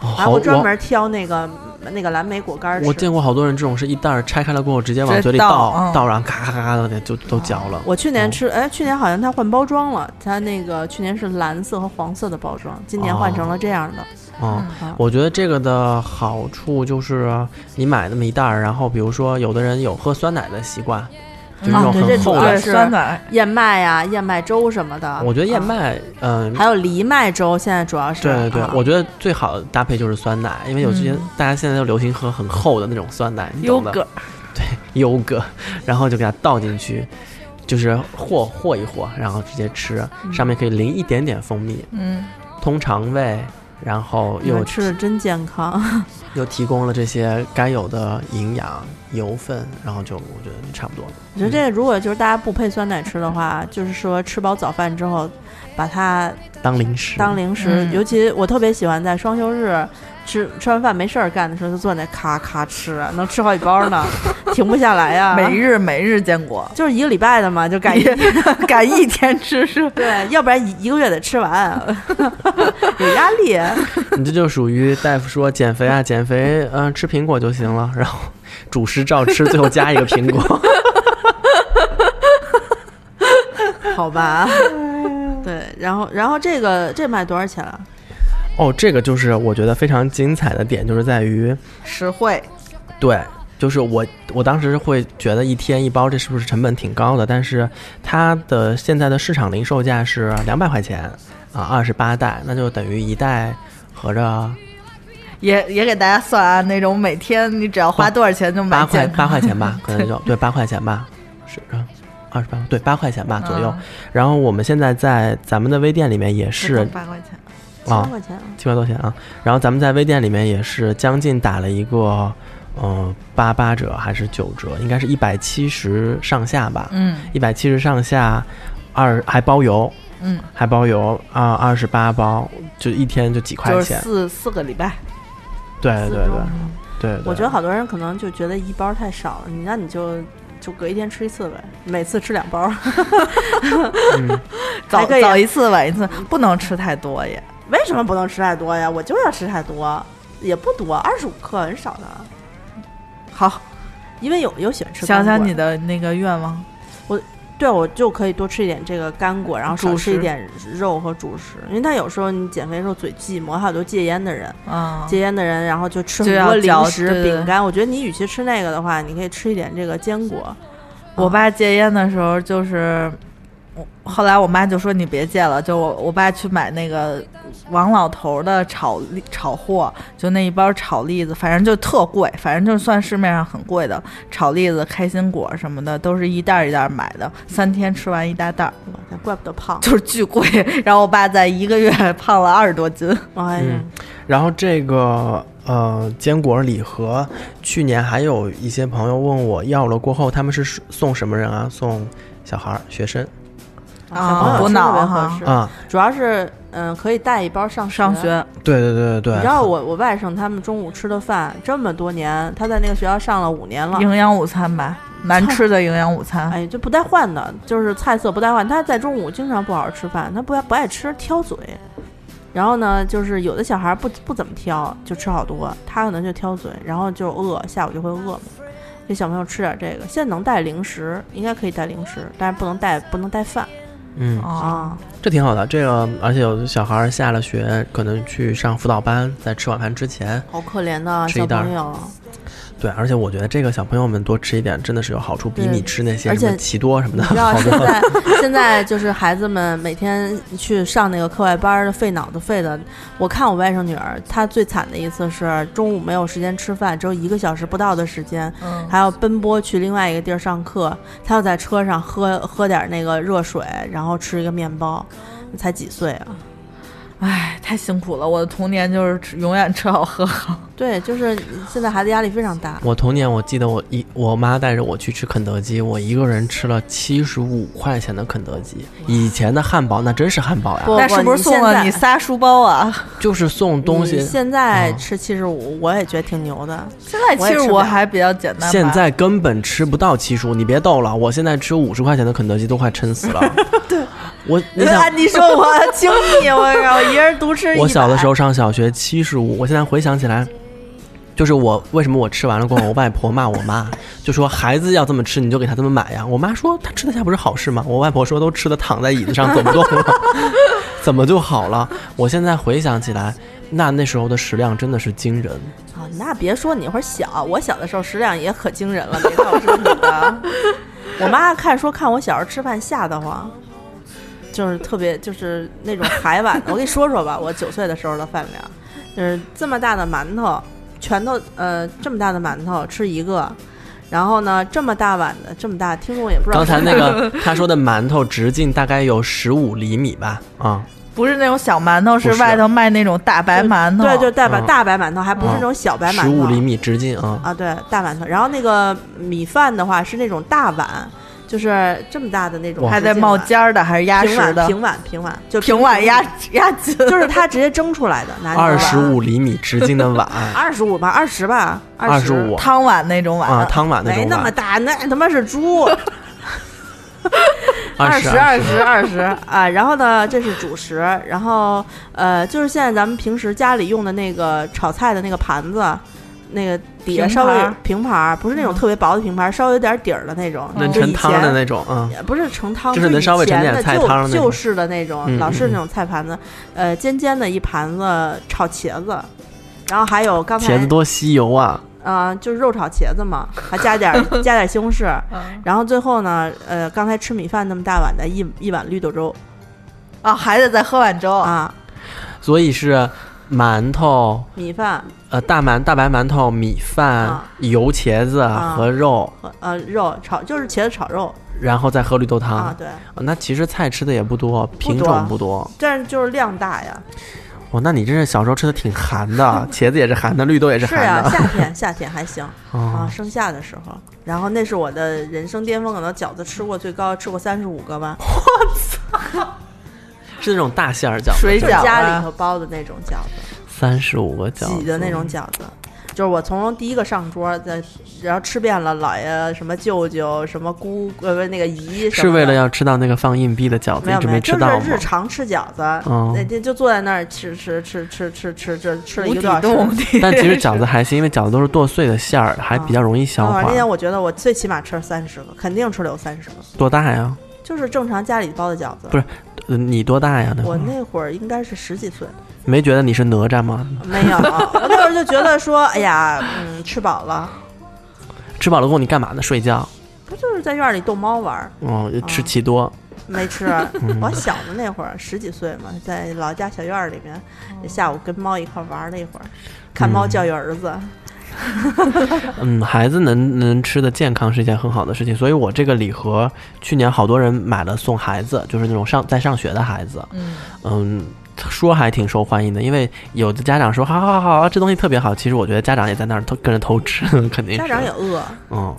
哦还会好我专门挑那个那个蓝莓果干儿吃。我见过好多人这种是一袋儿拆开了过后直接往直接嘴里倒倒，嗯倒然后咔咔咔的就都嚼了。我去年嗯吃，哎，去年好像它换包装了，它那个去年是蓝色和黄色的包装，今年换成了这样的。嗯，啊我觉得这个的好处就是，你买那么一袋儿，然后比如说有的人有喝酸奶的习惯，就是那啊嗯种对这很主厚要的。是酸奶，燕麦呀、燕麦粥什么的，我觉得燕啊、麦，嗯、还有藜麦粥，现在主要是对对对，啊我觉得最好的搭配就是酸奶，因为有些、嗯大家现在都流行喝很厚的那种酸奶，你优懂的格，优格，然后就给它倒进去，就是和和一和，然后直接吃，嗯上面可以淋一点点蜂蜜，嗯，通肠胃，然后你们又吃的真健康。 又提供了这些该有的营养、油分，然后就我觉得就差不多了。我觉得这如果就是大家不配酸奶吃的话，就是说吃饱早饭之后，把它当零食，当零食。嗯尤其我特别喜欢在双休日吃吃完饭没事儿干的时候，就坐那咔咔吃，能吃好几包 呢，停不下来呀。每日每日坚果，就是一个礼拜的嘛，就感觉敢一天吃是 对，要不然一一个月得吃完， 有压力。 你这就属于大夫说减肥啊，减肥，嗯、吃苹果就行了，然后主食照吃，最后加一个 苹果。好哎吧。对，然后然后这个这卖多少钱啊？哦，这个就是我觉得非常精彩的点，就是在于，实惠，对，就是我我当时会觉得一天一包，这是不是成本挺高的？但是它的现在的市场零售价是两百块钱啊，二十八袋，那就等于一袋合着也也给大家算啊，那种每天你只要花多少钱就买八健块康八块钱吧，可能就对八块钱吧，是啊，二十八对八块钱吧左右。嗯然后我们现在在咱们的微店里面也是八块钱，千啊块钱啊。七块多钱啊，然后咱们在微店里面也是将近打了一个嗯八八折还是九折，应该是一百七十上下吧，嗯一百七十上下，二还包邮，嗯，还包邮啊，二十八包，就一天就几块就是钱，四四个礼拜，对四对周对对对，我觉得好多人可能就觉得一包太少了，你那你就就隔一天吃一次呗，每次吃两包，嗯早还可以早一次晚一次，不能吃太多也。 为什么不能吃太多呀？我就要吃太多，也不多，二十五克很少的，好，因为有有喜欢吃想干想果你的那个愿望，对，我就可以多吃一点这个干果，然后少主吃一食点肉和主食，因为他有时候你减肥的时候嘴寂寞，还有很多戒烟的人，嗯，戒烟的人然后就吃就很要多零嚼食、对对饼干。我觉得你与其吃那个的话，你可以吃一点这个坚果。我爸戒烟的时候就是，我后来我妈就说你别戒了，就我我爸去买那个王老头的炒栗炒货，就那一包炒栗子，反正就特贵，反正就算市面上很贵的炒栗子、开心果什么的，都是一袋儿一袋儿买的，三天吃完一大袋儿， 哇怪不得胖，就是巨贵。然后我爸在一个月 胖了二十多斤，哎嗯呀，然后这个呃坚果礼盒，去年还有一些朋友问我要了过后，他们是送什么人啊？送小孩儿、学生小朋友啊补吃脑特别哈合适。啊？主要是嗯、可以带一包上上学对对对对你知对，道我我外甥他们中午吃的饭，这么多年，他在那个学校上了五年了，营养午餐吧，难吃的营养午餐。哎，就不带换的，就是菜色不带换。他在中午经常不好好吃饭，他不爱不爱吃，挑嘴。然后呢，就是有的小孩不不怎么挑，就吃好多，他可能就挑嘴，然后就饿，下午就会饿嘛。给小朋友吃点这个，现在能带零食，应该可以带零食，但是不能带不能带饭嗯，哦，啊。这挺好的。这个而且有的小孩儿下了学，可能去上辅导班，在吃晚饭之前，好可怜的吃一小袋儿朋友，对，而且我觉得这个小朋友们多吃一点真的是有好处，比对你吃那些而什么且奇多什么的你 知道好现多。在现在就是孩子们每天去上那个课外班儿，费脑子费的。我看我外甥女儿，她最惨的一次是中午没有时间吃饭，只有一个小时不到的时间，嗯，还要奔波去另外一个地儿上课，她要在车上喝喝点那个热水，然后吃一个面包。才几岁啊？哎，太辛苦了，我的童年就是吃永远吃好喝好。对，就是现在孩子压力非常大。我童年我记得我一我妈带着我去吃肯德基，我一个人吃了七十五块钱的肯德基。以前的汉堡那真是汉堡呀，不那是不是送了你哦你现仨书包啊？就是送东西你。现在嗯吃七十五，我也觉得挺牛的。 现在其实我还比较简单吧。现在根本吃不到七十五，你别逗了，我现在吃五十块钱的肯德基都快 撑死了。对，我你啊想，你说我 轻你，哎我靠，一人独吃一百。我小的时候上小学七十五，我现在回想起来，就是我为什么我吃完了过后，我外婆骂我妈，就说孩子要这么吃，你就给他这么买呀。我妈说他吃得下不是好事吗？我外婆说都吃的躺在椅子上走不动了， 怎么就好了？我现在回想起来，那那时候的食量真的是惊人。啊，那别说你那会儿小，我小的时候食量也可惊人了，没看我吃你 的。我妈看说看我小时候吃饭吓得慌，就是特别就是那种海碗。我给你说说吧，我九岁的时候的饭量，就是这么大的馒头，拳头呃这么大的馒头吃一个，然后呢这么大碗的这么大，听众也不知道 刚才是那个他说的馒头直径大概有十五厘米吧，啊、不是那种小馒头，不是啊是外头卖那种大白馒头。对，就大白、嗯大白馒头，还不是那种小白馒头，十五厘米直径啊、啊，对，大馒头。然后那个米饭的话是那种大碗，就是这么大的那种，哇还带冒，尖儿的，还是压平实碗的？平碗平碗就平碗 压压紧。就是他直接蒸出来的，拿二十五厘米直径的碗，二十五吧， 二十吧，二十十五汤碗那种碗，啊，汤碗那没种那么碗，大，那他妈是 猪，二十二十二十啊。然后呢，这是主食，然后呃，就是现在咱们平时家里用的那个炒菜的那个盘子。那个底下平稍微盘儿平盘儿，不是那种嗯特别薄的平盘儿，稍微有点底儿的那种，能就盛以汤前的那种，嗯，也不是盛汤，就是以能稍微盛前点的菜旧汤那种旧式的那种，嗯老嗯式那嗯种菜盘子，呃，尖尖的一盘子炒茄子，然后还有刚才茄子多吸油啊，呃，就是肉炒茄子嘛，还加 点儿加点儿西红柿，嗯然后最后呢，呃，刚才吃米饭那么大碗的一一碗绿豆粥啊，还得再喝碗哦粥。啊，所以是馒头，米饭呃，大馒大白馒头、米饭、啊油茄子啊和肉，和呃肉炒就是茄子炒肉然后再喝绿豆汤、呃啊，对，那其实菜吃的也不多，品种不多。但是就是量大呀，哇，那你真是小时候吃的挺寒 的，茄子也是寒的，绿豆也是是寒啊，的。夏天夏天还行啊 哦，盛夏的时候，然后那是我的人生巅峰，可能饺子吃过最高吃过三十五个吧，是那种大馅儿饺子，水就饺是啊家里头包的那种饺子，三十五个饺挤子的那种饺子。就是我从第一个上桌，在然后吃遍了姥爷、什么舅舅、什么姑呃不那个姨什么的，是为了要吃到那个放硬币的饺子，没有一直没有，吃就到是吗？日常吃饺子，嗯那天就坐在那儿吃吃吃吃吃吃吃吃了一无个底多小时。洞， 但 其实饺子还行，因为饺子都是剁碎的馅儿，还比较容易消啊，化那。天我觉得我最起码吃了三十个，肯定吃了有三十个，多大呀？就是正常家里包的饺子。不是呃你多大呀？那会我儿那会儿应该是十几岁，没觉得你是哪吒吗？没有，我那会儿就觉得说，哎呀，嗯，吃饱了，吃饱了够你干嘛呢？睡觉。不就是在院里逗猫玩儿？哦，吃啊奇多。没吃，啊 嗯我小的那会儿十几岁嘛，在老家小院儿里面，下午跟猫一块儿玩儿了一会儿，看猫教育儿子。嗯，孩子能能吃的健康是一件很好的事情，所以我这个礼盒去年好多人买了送孩子，就是那种上在上学的孩子，嗯，嗯，说还挺受欢迎的，因为有的家长说好好好，这东西特别好，其实我觉得家长也在那儿偷跟着偷吃， 肯定是家长也饿，嗯，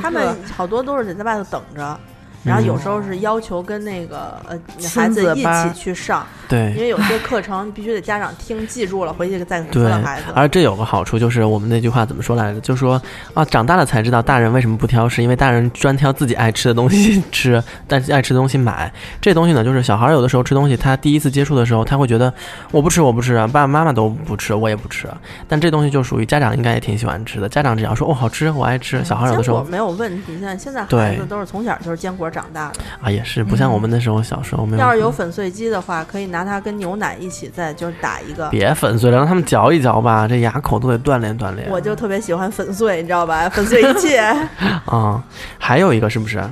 他们好多都是得在外头等着，然后有时候是要求跟那个呃孩亲子子一起班去上，因对为有些课程必须得家长听记住了，回去再对教孩子。，而这有个好处就是我们那句话怎么说来着？就说啊，长大了才知道大人为什么不挑食，因为大人专挑自己爱吃的东西 吃，但是爱吃的东西买。这东西呢，就是小孩儿有的时候吃东西，他第一次接触的时候，他会觉得我不吃，我不吃，啊爸爸妈妈都不吃，我也不吃。啊但这东西就属于家长应该也挺喜欢吃的，家长只要说哦好吃，我爱吃，嗯小孩儿有的时坚果候没有问题，现在现在孩对子都是从小就是坚果长大的。啊也是不像我们那时候小时候没有。要是有粉碎机的话，可以拿它跟牛奶一起再就是打一个。别粉碎了，让他们嚼一嚼吧，这牙口都得锻炼锻炼。我就特别喜欢粉碎，你知道 吧？粉碎一切。啊、还有一个是不是？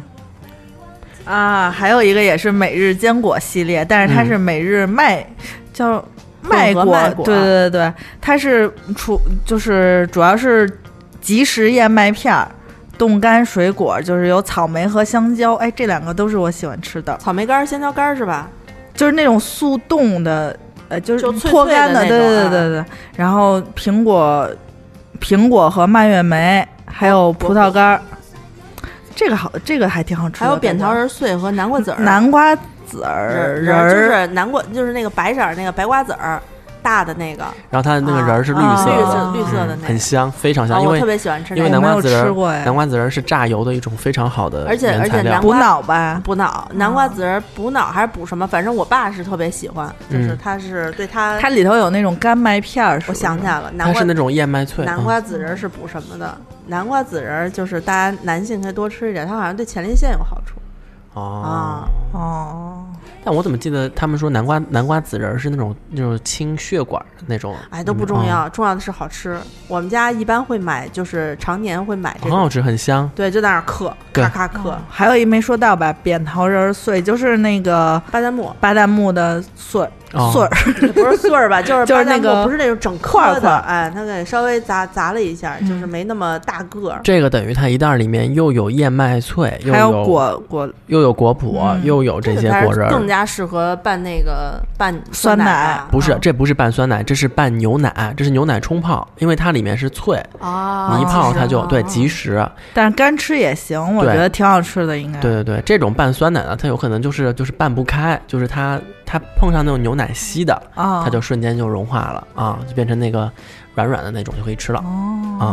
啊，还有一个也是每日坚果系列，但是它是每日麦、叫麦混合果，麦果对对对对，它是除就是主要是即食燕麦片儿。冻干水果就是有草莓和香蕉，哎，这两个都是我喜欢吃的，草莓干儿、香蕉干儿是吧？就是那种速冻的，呃，就就是脆脱脆干的那对种对啊对对对。然后苹果、苹果和蔓越莓，还有葡萄干儿，这个好，这个还挺好吃的。还有扁这桃个仁碎和南瓜籽儿。南瓜籽儿仁仁儿就儿，是南瓜，就是那个白色儿那个白瓜籽儿，大的那个，然后它那个仁儿是绿啊色绿的，色绿色的嗯那个很。香，非常啊，香，因我为特别喜欢吃因为那南个瓜我籽没有仁吃过哎南瓜籽仁是榨油的一种非常好的而且原材料而且南瓜补脑吧。补脑，南瓜籽儿补脑还是补什么？反正我爸是特别喜欢，就是嗯他是对他，它里头有那种干麦片儿，是我不是想起来了，南它瓜是那嗯种燕麦脆，南瓜籽仁是补什么的？南瓜籽仁就是大家男性可以多吃一点，它好像对前列腺有好处嗯哦啊。。哦，但我怎么记得他们说南瓜南瓜籽仁是那种那种清血管的那种，哎，都不嗯重，哦要，重要的是好吃。我们家一般会买，就是常年会买这很个，好吃，很香。对，就在那儿嗑，对咔咔嗑。哦还有一没说到吧，扁桃仁儿碎，就是那个巴旦木巴旦木的碎哦碎儿，不是穗儿 吧，就是就是巴旦那个木不是那种整块儿颗块的，儿哎，它给稍微砸砸了一下，嗯就是没那么大个儿。这个等于它一袋儿里面又有燕麦脆，又 还有有果果又有果脯，嗯又有这这个些才果是仁更儿。加适合拌那个拌酸奶奶啊不是啊，这不是拌酸奶，这是拌牛奶，这是牛奶冲泡，因为它里面是脆，啊，你一泡它就啊对即食。但是干吃也行，我对觉得挺好吃的，应哎该。对对对，这种拌酸奶呢，它有可能就是就是拌不开，就是它它碰上那种牛奶稀的，啊，哦它就瞬间就融化了啊，就变成那个软软的那种就可以吃了哦啊。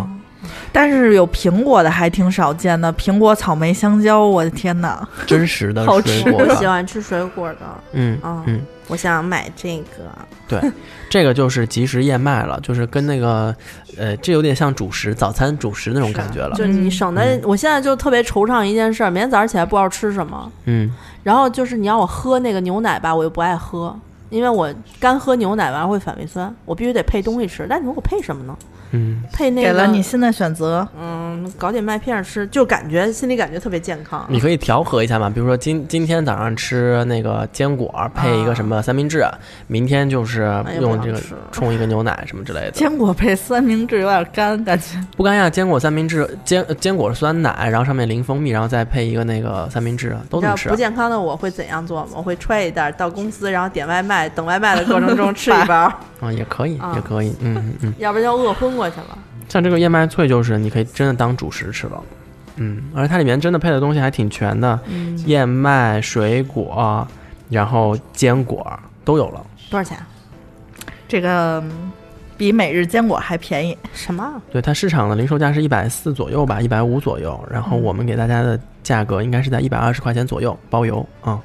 但是有苹果的还挺少见的，苹果、草莓、香蕉，我的天哪！真实的好水吃果我 喜的，欢吃水果的，嗯啊嗯，我想买这个。这个就是即食燕麦了，就是跟那个呃，这有点像主食早餐主食那种感觉了就，你省得嗯我现在就特别惆怅一件事儿，明天早上起来不知道吃什么，嗯然后就是你让我喝那个牛奶吧，我又不爱喝。因为我干喝牛奶完了会反胃酸，我必须得配东西吃。但你说我配什么呢？嗯，配那个给了你新的选择。嗯搞点麦片吃，就感觉心里感觉特别健康。你可以调和一下嘛，比如说今今天早上吃那个坚果配一个什么三明治，明天就是哦哎呀用不这想个吃冲一个牛奶什么之类的。坚果配三明治有点干，感觉不干呀，坚果三明治，坚呃坚果酸奶，然后上面淋蜂蜜，然后再配一个那个三明治，都你知能道吃啊不。健康的我会怎样做吗？我会揣一袋到公司，然后点外卖，等外卖的过程中吃一 包，嗯，也可以，啊也可以，嗯嗯嗯。要不然就饿昏过去了。像这个燕麦脆就是你可以真的当主食吃了，嗯，而且它里面真的配的东西还挺全的，嗯燕麦、水果，然后坚果都有了。多少钱？这个嗯比每日坚果还便宜。什么？对，它市场的零售价是一百四左右吧，一百五左右，然嗯后我们给大家的价格应该是在一百二十块钱左右，包邮啊、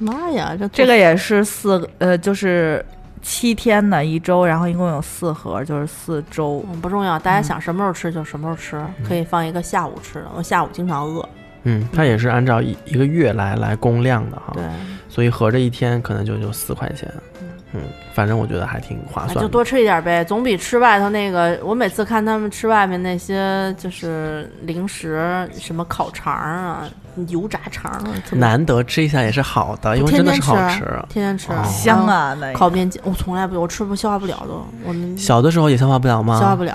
妈呀，这这个也是四个呃，就是七天的一周，然后一共有四盒，就是四周。嗯不重要，大家想什么时候吃就什么时候吃，可以放一个下午吃的。我下午经常饿，嗯。它也是按照一一个月来来供量的哈对，，所以合着一天可能就就四块钱，嗯，反正我觉得还挺划哎啊算就的。多吃一点呗，总比吃外头那个。我每次看他们吃外面那些就是零食，什么烤肠啊、油炸肠啊，特别难得吃一下也是好的，因为天真的天是好吃啊吃。天天吃，哦香！啊，那烤面筋，我从来不，我吃不消化不了都，我们消小的时候也消化不了吗？哦化不了。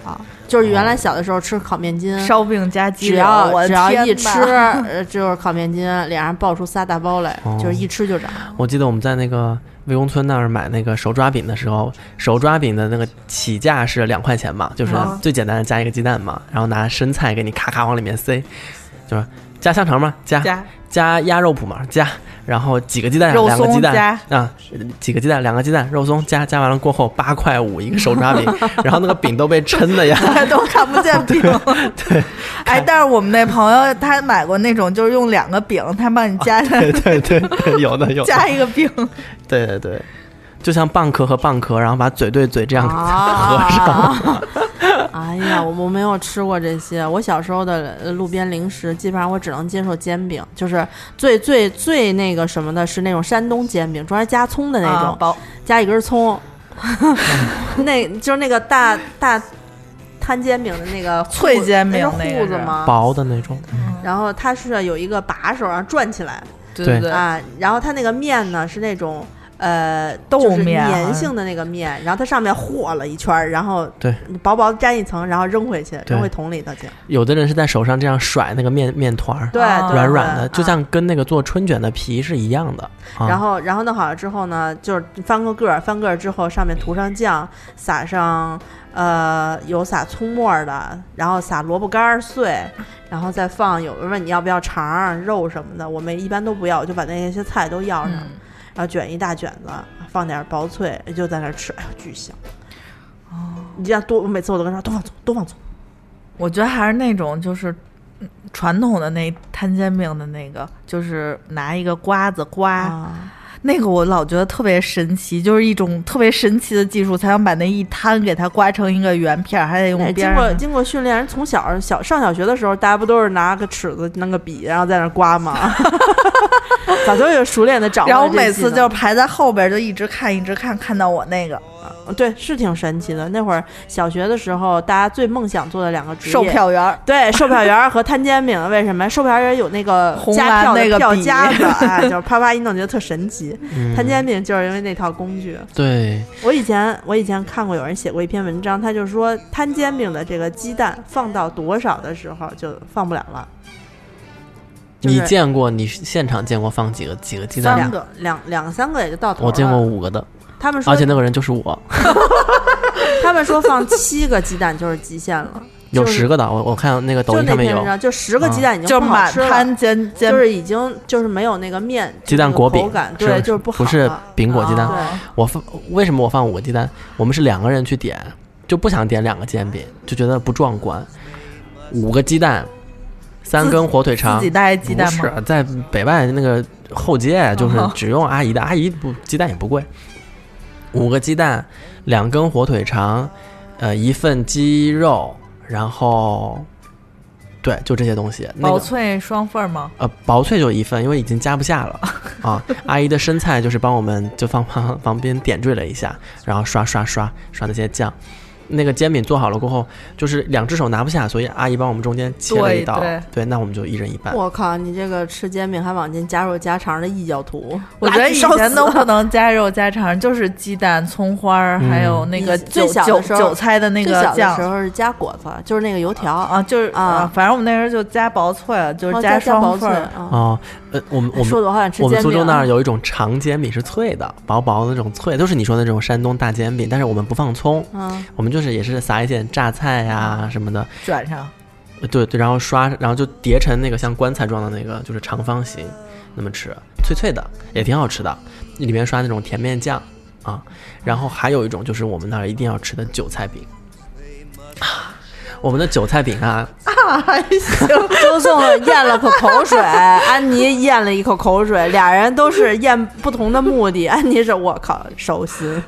就是原来小的时候吃烤面筋，烧饼加鸡嗯只柳，要我只要天一哪吃，呃就是烤面筋，脸上爆出仨大包来，哦就是一吃就长。我记得我们在那个魏公村那儿买那个手抓饼的时候，手抓饼的那个起价是两块钱嘛，就是嗯最简单的加一个鸡蛋嘛，然后拿生菜给你咔咔往里面塞，就是加香肠吗？加加加鸭肉脯嘛？加，然后几个鸡蛋？肉两个鸡松蛋加啊，几个鸡蛋？两个鸡蛋，肉松加加完了过后八块五一个手抓饼，然后那个饼都被撑的呀， 都看不见饼。 对哎，但是我们那朋友他买过那种，就是用两个饼，他帮你加上、哦对对对对，有的有的，加一个饼，对对对，就像蚌壳和蚌壳，然后把嘴对嘴这样合上。啊！哦 哎呀，我我没有吃过这些。我小时候的呃路边零食，基本上我只能接受煎饼，就是最最最那个什么的是那种山东煎饼，专门加葱的那种，啊包加一根 葱，那就是那个大大摊煎饼的那个护脆煎饼那那是个糊子是吗？薄的那种，然后它是有一个把手，然后转起来对对对啊，然后它那个面呢是那种。呃，豆面啊粘性的那个面，然后它上面和了一圈儿，然后对薄薄粘一层，然后扔回去，对扔回桶里头去。有的人是在手上这样甩那个面面团儿，对，啊对软软的，对就像跟那个做春卷的皮是一样的。啊、然后，然后弄好了之后呢，就是翻个个儿，翻个儿之后上面涂上酱，撒上呃有撒葱末儿的，然后撒萝卜干儿碎，然后再放有人问你要不要肠儿、肉什么的，我们一般都不要，我就把那些菜都要上，嗯然后卷一大卷子，放点儿薄脆，就在那儿吃，哎呦巨香。哦，你这样多，我每次我都跟他说多放葱，多放葱。我觉得还是那种就是嗯传统的那摊煎饼的那个，就是拿一个瓜子刮、啊，那个，我老觉得特别神奇，就是一种特别神奇的技术，才能把那一摊给它刮成一个圆片儿，还得哎用边经过儿。经过训练，人从小小上小学的时候，大家不都是拿个尺子、弄个笔，然后在那儿刮吗？ 早就有熟练的掌握然后了我这技能。每次就排在后边儿，就一直看，一直看，看到我那个对，是挺神奇的。那会儿小学的时候，大家最梦想做的两个职业，售票员儿。对，售票员儿和摊煎饼，为什么？售票员儿有那个红加蓝票的那个票笔夹子，哎，就是啪啪一弄，觉得特神奇。嗯摊煎饼就是因为那套工具。对，我以前我以前看过有人写过一篇文章，他就说摊煎饼的这个鸡蛋放到多少的时候就放不了了。就是你见过？你现场见过放几个几个鸡蛋两吗？个两两三个也就到头了。我见过，五个的，他们说而且那个人就是我，他们说放七个鸡蛋就是极限了， 有就是十个的。我我看那个抖就音那上面篇文有，啊章，就十个鸡蛋已经就不好满吃了，摊煎煎就是已经就是没有那个面鸡蛋那个果饼口感，是对，就是不好不是了饼果鸡蛋。啊我放为什么我放五个鸡蛋？我们是两个人去点，就不想点两个煎饼，就觉得不壮观。五个鸡蛋，三自根火腿肠自己，带鸡蛋不吗？是，在北外那个后街，啊就是哦只用阿姨的，阿姨不鸡蛋也不贵，五个鸡蛋，两根火腿肠，呃，一份鸡肉，然后，对，就这些东西。那薄个脆双份儿吗？呃，薄脆就一份，因为已经夹不下 了啊。阿姨的生菜就是帮我们就放旁旁边点缀了一下，然后刷刷刷刷那些酱，那个煎饼做好了过后，就是两只手拿不下，所以阿姨帮我们中间切了对一道，对那我们就一人一半。我靠，你这个吃煎饼还往进加入家常的异教徒，我觉得以垃圾前烧都死不能加肉加肠，就是鸡蛋、葱花儿，还有嗯那个以最韭小的韭时候韭菜的那最个小的时酱候是加果子，就是那个油条，啊，就是啊啊，反正我们那时候就加薄脆，就然后是加双薄脆份儿。啊。哦，呃，我们我们说的我好想吃我们煎苏州饼那儿啊。有一种长煎饼是脆的，薄薄的那种脆，都是你说的那种山东大煎饼，但是我们不放葱，嗯，我们就是也是撒一点榨菜呀、什么的，转上，呃对对，然后刷，然后就叠成那个像棺材状的那个，就是长方形，那么吃，脆脆的，也挺好吃的，里面刷那种甜面酱啊，然后还有一种就是我们那儿一定要吃的韭菜饼。 我们的韭菜饼啊，周颂咽了口口水，安妮咽了一口口水，俩人都是咽不同的目的。安妮是我靠手心，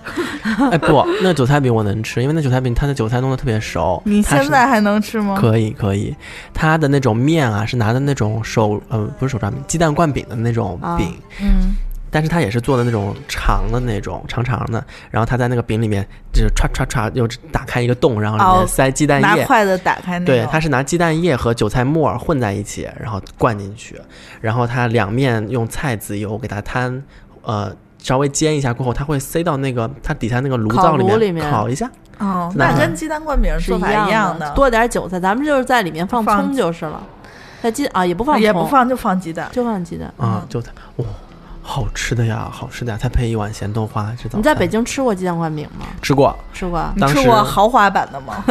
哎不，那韭菜饼我能吃，因为那韭菜饼它的韭菜弄得特别熟。你它现是在还能吃吗？可以可以，它的那种面啊是拿的那种手呃不是手抓饼，鸡蛋灌饼的那种啊饼，嗯，但是它也是做的那种长的那种长长的，然后它在那个饼里面就是歘歘歘又打开一个洞，然后里哦面塞鸡蛋拿液。筷子打开那对个，，它是拿鸡蛋液和韭菜末儿混在一起，然后灌进去，然后它两面用菜籽油给它摊，呃，稍微煎一下过后，它会塞到那个它底下那个炉烤灶里炉面里面烤一下。哦，那那跟鸡蛋灌饼是做法一样的，的，多点韭菜，咱们就是在里面放放葱就是了。在鸡啊也不放葱，也不放就放鸡蛋。就放鸡蛋。啊，就它哇，好吃的呀，好吃的呀！再配一碗咸豆花，这早你在餐北京吃过鸡蛋灌饼吗？吃过？吃过啊。你当吃时过豪华版的吗？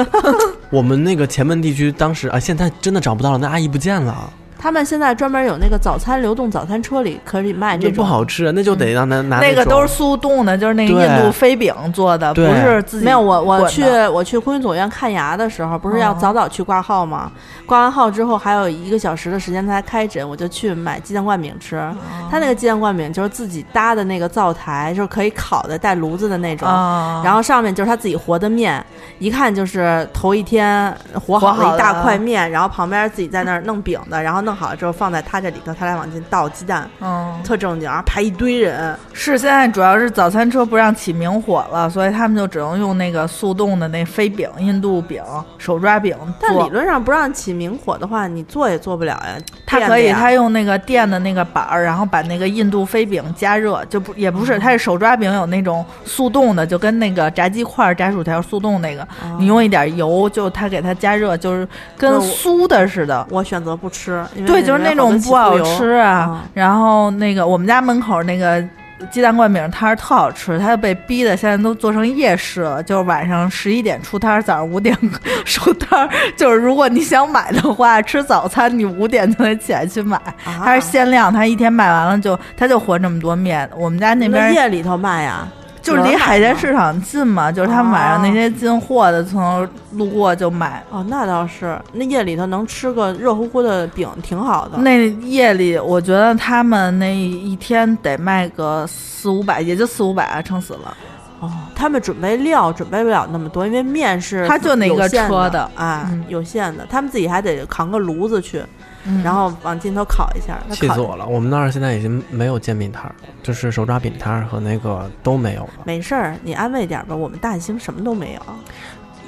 我们那个前门地区当时啊，现在真的找不到了，那阿姨不见了，他们现在专门有那个早餐流动早餐车里可以卖这那种，嗯不好吃，那就得让他拿那个都种是速冻的，就是那个对印度飞饼做的，不对是自己没有我我滚的去我去空军总院看牙的时候，不是要哦早早去挂号吗？挂完号之后还有一个小时的时间才开诊，我就去买鸡蛋灌饼吃。哦他那个鸡蛋灌饼就是自己搭的那个灶台，就是可以烤的带炉子的那种。啊，然后上面就是他自己和的面，一看就是头一天和好和好了的一大块面，然后旁边自己在那儿弄饼的，然后弄好了之后放在他这里头，他来往进倒鸡蛋，嗯，特正经，然后排一堆人，是现在主要是早餐车不让起明火了，所以他们就只能用那个速冻的那飞饼、印度饼、手抓饼但理做。论上不让起明火的话，你做也做不了呀。它垫可着以，呀它用那个电的那个板儿，然后把那个印度飞饼加热，就不也不嗯是，它是手抓饼有那种速冻的，就跟那个炸鸡块儿、炸薯条速冻那个，哦你用一点油，就它给它加热，就是跟那我酥的似的。我选择不吃，因为对，里就是那面有好种多不好起酥油吃啊嗯。然后那个我们家门口那个鸡蛋灌饼摊儿特好吃，它被逼的现在都做成夜市了，就是晚上十一点出摊儿，早上五点 收摊儿。就是如果你想买的话，吃早餐你五点就得起来去买。啊它是限量，它一天卖完了就它就和这么多面。我们家那边夜里头卖呀，就是离海鲜市场近嘛，就是他们晚上那些进货的从路过就买。哦，那倒是，那夜里头能吃个热乎乎的饼挺好的。那夜里，我觉得他们那一天得卖个四五百，也就四五百啊，撑死了。哦，他们准备料准备不了那么多，因为面是他就那个有限车的的，哎嗯，有限的，他们自己还得扛个炉子去，嗯然后往尽头烤一下。那气烤死我了！我们那儿现在已经没有煎饼摊儿，就是手抓饼摊儿和那个都没有了，没事儿，你安慰点儿吧，我们大兴什么都没有，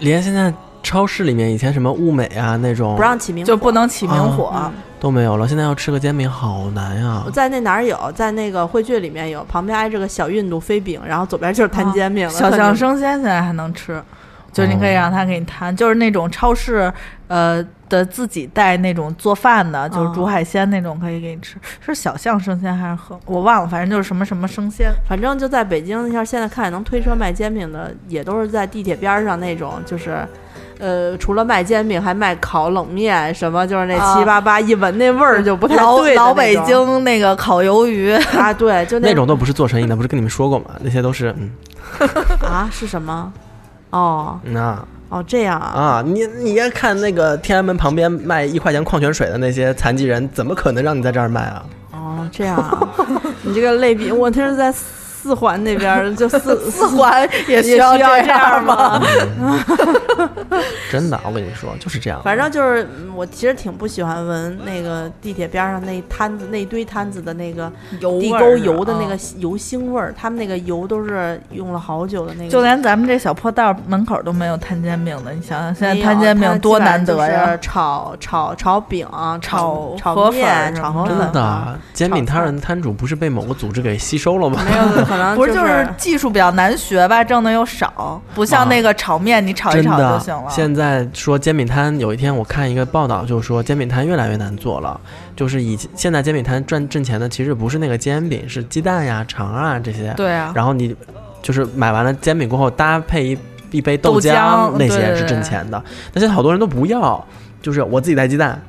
连现在超市里面以前什么物美啊那种不让起名就不能起明火。啊。嗯都没有了，现在要吃个煎饼好难啊呀、我在那哪儿有，在那个汇聚里面有，旁边挨着个小印度飞饼，然后左边就是摊煎饼了。啊小特象牛生鲜现在还能吃，就是你可以让他给你摊，就是那种超市呃的自己带那种做饭的，嗯就是煮海鲜那种可以给你吃。是小象生鲜还是和我忘了，反正就是什么什么生鲜。反正就在北京，像现在看能推车卖煎饼的，也都是在地铁边儿上那种，就是，呃，除了卖煎饼，还卖烤冷面，什么就是那啊七八八，一闻那味儿就不太老对的老那北种京那个烤鱿鱼，啊，对，就那种都不是做生意的，不是跟你们说过吗？那些都是嗯啊是什么？哦那哦，这样啊，啊，你你要看那个天安门旁边卖一块钱矿泉水的那些残疾人，怎么可能让你在这儿卖啊？ 哦这样啊，你这个类比，我这是在四环那边儿就四四环也也需需要这样吗？？真的，我跟你说就是这样。反正就是嗯我其实挺不喜欢闻那个地铁边上那摊子那一堆摊子的那个油地味儿沟是油的吧那个嗯油腥味儿，他们那个油都是用了好久的那个，就连咱们这小破道门口都没有摊煎饼的，你想想现没有在摊煎它饼基多本上难得就呀是！炒炒炒饼、炒炒炒河粉面、什炒河么粉的真啊的，煎饼摊上的摊主不是被某个组织给吸收了吗？啊没有可能不是，就就是技术比较难学吧，挣的又少，不啊像那个炒面，你炒一真炒的就行了。现在说煎饼摊，有一天我看一个报道，就说煎饼摊越来越难做了。就是以前现在煎饼摊赚挣钱的，其实不是那个煎饼，是鸡蛋呀、肠啊这些。对啊，然后你就是买完了煎饼过后，搭配一一杯豆豆浆那对些对是挣对钱的。但现在好多人都不要，就是我自己带鸡蛋，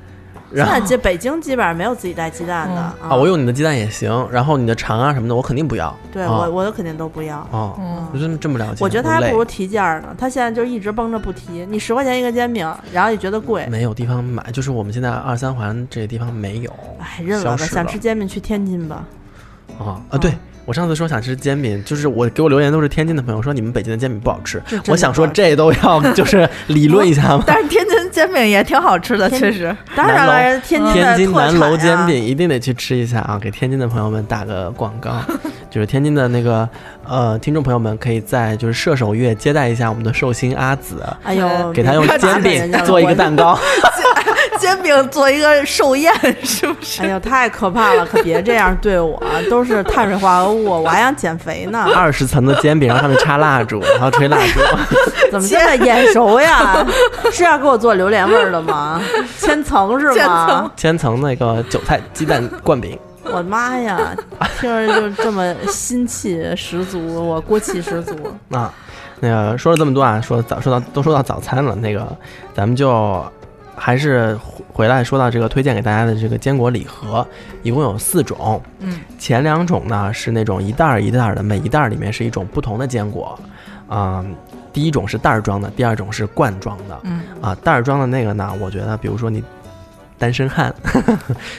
现然后在这北京基本上没有自己带鸡蛋的嗯啊，我用你的鸡蛋也行，然后你的肠啊什么的，我肯定不要。对啊我我肯定都不要。哦，嗯，就这么这么了解，我觉得他累还不如提价儿呢，他现在就一直绷着不提。你十块钱一个煎饼，然后也觉得贵，没有地方买，就是我们现在二三环这个地方没有哎，认了吧，消失想了吃煎饼去天津吧。哦啊啊！对我上次说想吃煎饼，就是我给我留言都是天津的朋友说你们北京的煎饼不好吃真，的我想说不好这 都要就是理论一下嘛。 但是天津煎饼也挺好吃的，天确实。当然了，南人家天津天的津特南产啊楼煎呀饼一定得去吃一下啊！给天津的朋友们打个广告，就是天津的那个呃听众朋友们可以在就是射手月接待一下我们的寿星阿紫，哎呦，给他用别打煎人饼家了做一个。蛋糕。煎饼做一个寿宴，是不我是？哎呦，太可怕了！可别这样对我，都是碳水化合物，我还想减肥呢。二十层的煎饼，然后上面插蜡烛，然后吹蜡烛。 怎么现在眼熟呀？是要给我做榴莲味儿的吗？千层是千吗层？千层那个韭菜鸡蛋灌饼，我的妈呀，听着就这么心气十足，我锅气十足。啊，那个说了这么多啊，说早说到都说到早餐了，那个咱们就还是回回来说到这个推荐给大家的这个坚果礼盒，一共有四种。嗯，前两种呢是那种一袋儿一袋儿的，每一袋儿里面是一种不同的坚果，嗯。第一种是袋儿装的，第二种是罐装的。嗯，啊，袋儿装的那个呢，我觉得，比如说你单身汉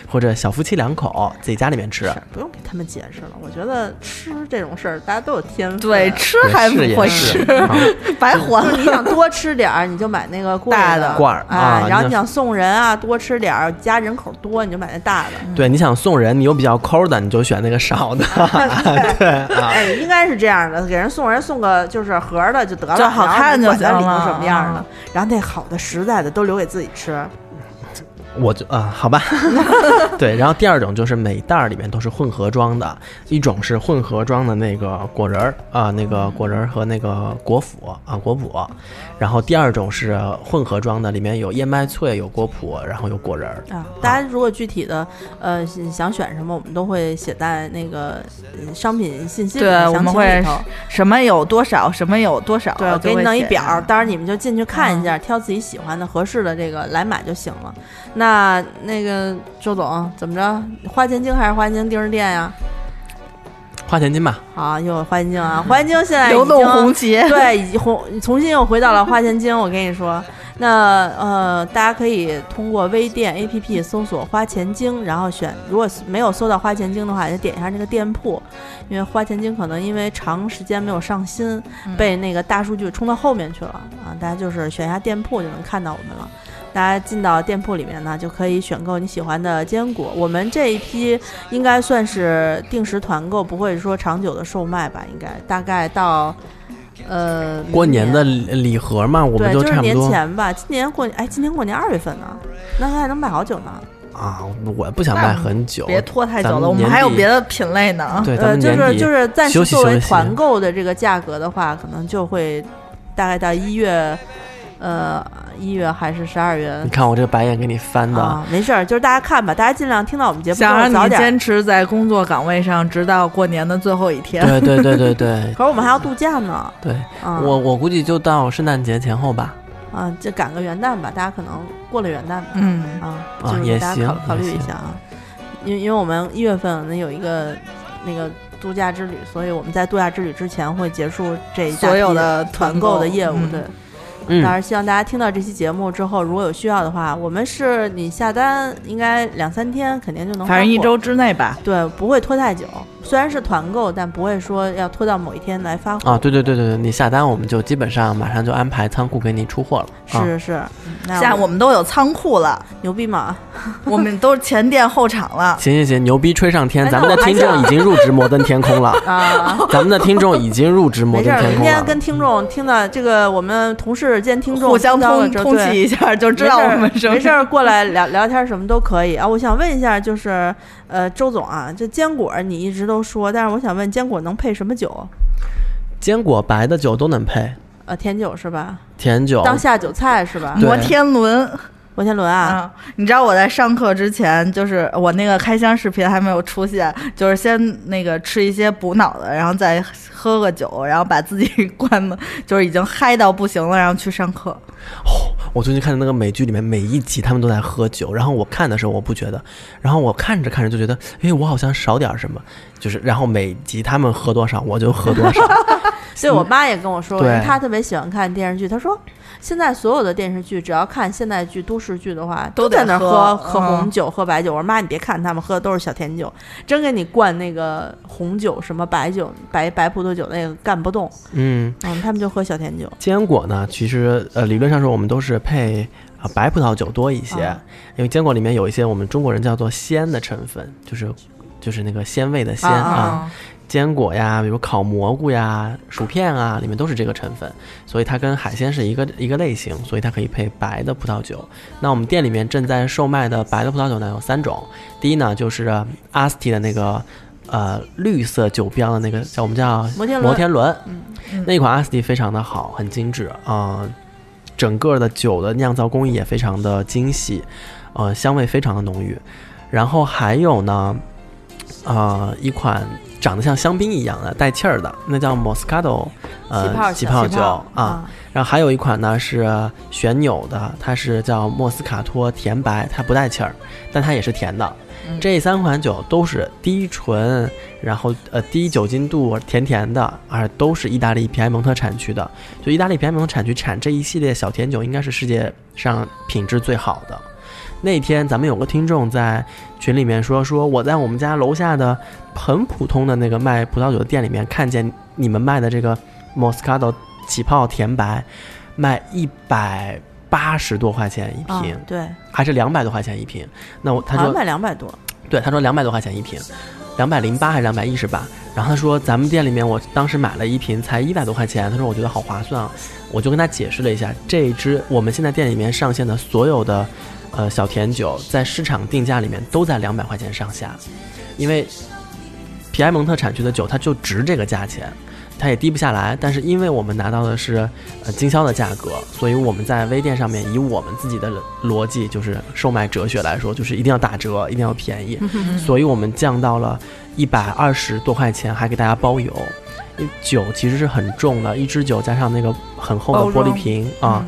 或者小夫妻两口自己家里面吃，不用给他们解释了，我觉得吃这种事儿大家都有天啊分。对，吃也还不是也会是吃，啊白活就是了。哎你想多吃点儿，你就买那个贵大的的罐儿啊哎，然后那你想送人啊，多吃点儿，家人口多，你就买那大的。对，你想送人，你又比较抠的，你就选那个少的。对啊，哎，应该是这样的，给人送人送个就是盒儿的就得了，就好看就行了然后你管它里头什么样的啊，然后那好的实在的都留给自己吃。我就啊，好吧。 对，然后第二种就是每袋儿里面都是混合装的，一种是混合装的那个果仁儿啊，那个果仁儿和那个果脯啊果脯，然后第二种是混合装的，里面有燕麦脆、有果脯，然后有果仁儿。啊，大家如果具体的呃想想选什么，我们都会写在那个呃商品信息里对面我详情们会里头。什么有多少，什么有多少，对，我就给你会弄一写表儿，上嗯到时候你们就进去看一下，挑自己喜欢的、合适的这个来买就行了。那那个周总怎么着？花钱精还是花钱定时店呀？花钱金吧，好，又有花钱精啊！花钱精现在已流动经红 旗。对，已经红重新又回到了花钱精。我跟你说，那呃，大家可以通过微店 APP 搜索“花钱精”，然后选，如果没有搜到花钱精的话，就点一下那个店铺，因为花钱精可能因为长时间没有上新，嗯被那个大数据冲到后面去了啊。大家就是选一下店铺就能看到我们了。大家进到店铺里面呢，就可以选购你喜欢的坚果。我们这一批应该算是定时团购，不会说长久的售卖吧？应该大概到呃过明年的礼礼盒嘛，我对，们就差是不年多前吧。今年过年，哎，今年过年二月份呢，那还能卖好久呢。啊，我不想卖很久，别拖太久咱们了，我们年还有底别的品类 呢啊。对，咱呃，们就年是底就是暂时休息作休为息团购的这个价格的话，可能就会大概到一月，呃，一月还是十二月你看我这个白眼给你翻的，啊，没事儿，就是大家看吧，大家尽量听到我们节目之想后让早你点坚持在工作岗位上，直到过年的最后一天。对对对对对可是我们还要度假呢，对， 啊，我我估计就到圣诞节前后吧，啊，这赶个元旦吧，大家可能过了元旦吧， 嗯，啊，啊就是也给大家考考行也虑一行下啊，因为因为我们一月份可能有一个那个度假之旅，所以我们在度假之旅之前会结束这一大所有批的团购的业务，嗯对，嗯当然，希望大家听到这期节目之后，如果有需要的话，我们是你下单应该两三天肯定就能，反正一。周之内吧。对，不会拖太久。虽然是团购，但不会说要拖到某一天来发货。啊，对对对对对，你下单我们就基本上马上就安排仓库给你出货了。啊、是是，嗯那下我们都有仓库 了，牛逼吗？我们都是前店后厂 了。行行行，牛逼吹上哎天！咱们的听众已经入职摩登天空了， 啊，咱们的听众已经入职摩没事登儿，天明空啊天了。跟听众听到这个，我们同事见听众互相听到通了之后通对气一下，就知道我们什么没事儿过来聊聊天，什么都可以啊。我想问一下，就是呃，周总啊，这坚果你一直都说，但是我想问，坚果能配什么酒？坚果白的酒都能配，呃，甜酒是吧？甜酒当下酒菜是吧对？摩天轮摩天轮啊，啊！嗯你知道我在上课之前，就是我那个开箱视频还没有出现，就是先那个吃一些补脑的，然后再喝个酒，然后把自己 灌的，就是已经嗨到不行了，然后去上课。我最近看的那个美剧里面，每一集他们都在喝酒，然后我看的时候我不觉得，然后我看着看着就觉得，哎，我好像少点儿什么，就是然后每集他们喝多少我就喝多少， 对我妈也跟我说，嗯对因为她特别喜欢看电视剧，她说。现在所有的电视剧，只要看现代剧、都市剧的话，都都得在那儿喝喝嗯红酒、喝白酒。我说妈，你别看他们喝的都是小甜酒，真给你灌那个红酒、什么白酒、白白葡萄酒，那个干不动。嗯。嗯，他们就喝小甜酒。坚果呢，其实呃，理论上说我们都是配啊、呃白葡萄酒多一些，啊因为坚果里面有一些我们中国人叫做鲜的成分，就是就是那个鲜味的鲜啊啊啊。坚果呀，比如烤蘑菇呀、薯片啊，里面都是这个成分，所以它跟海鲜是一个一个类型，所以它可以配白的葡萄酒。那我们店里面正在售卖的白的葡萄酒呢有三种，第一呢就是阿斯提的那个呃绿色酒标的那个叫我们叫摩天轮摩天轮，那款阿斯蒂非常的好，很精致啊、呃整个的酒的酿造工艺也非常的精细，呃，香味非常的浓郁。然后还有呢，呃，一款长得像香槟一样的带气儿的，那叫 Moscato，呃，气泡气泡酒酒啊。，然后还有一款呢是旋钮的，它是叫莫斯卡托甜白，它不带气儿，但它也是甜的。这三款酒都是低醇，然后呃低酒精度，甜甜的，而都是意大利皮埃蒙特产区的。就意大利皮埃蒙特产区产这一系列小甜酒，应该是世界上品质最好的。那天咱们有个听众在群里面说，说我在我们家楼下的很普通的那个卖葡萄酒的店里面看见你们卖的这个 Moscato 起泡甜白，卖一百八十多块钱一啊瓶，对，还是两百多块钱一瓶？那我他好说像卖两百多，对，他说两百多块钱一瓶，两百零八还是两百一十八。然后他说咱们店里面我当时买了一瓶才一百多块钱，他说我觉得好划算啊。我就跟他解释了一下，这一支我们现在店里面上线的所有的呃小甜酒，在市场定价里面都在两百块钱上下，因为皮埃蒙特产区的酒它就值这个价钱。它也低不下来，但是因为我们拿到的是呃经销的价格，所以我们在微店上面以我们自己的逻辑，就是售卖哲学来说，就是一定要打折，一定要便嗯宜。所以我们降到了一百二十多块钱，还给大家包邮。因为酒其实是很重的，一支酒加上那个很厚的包玻璃装嗯瓶啊，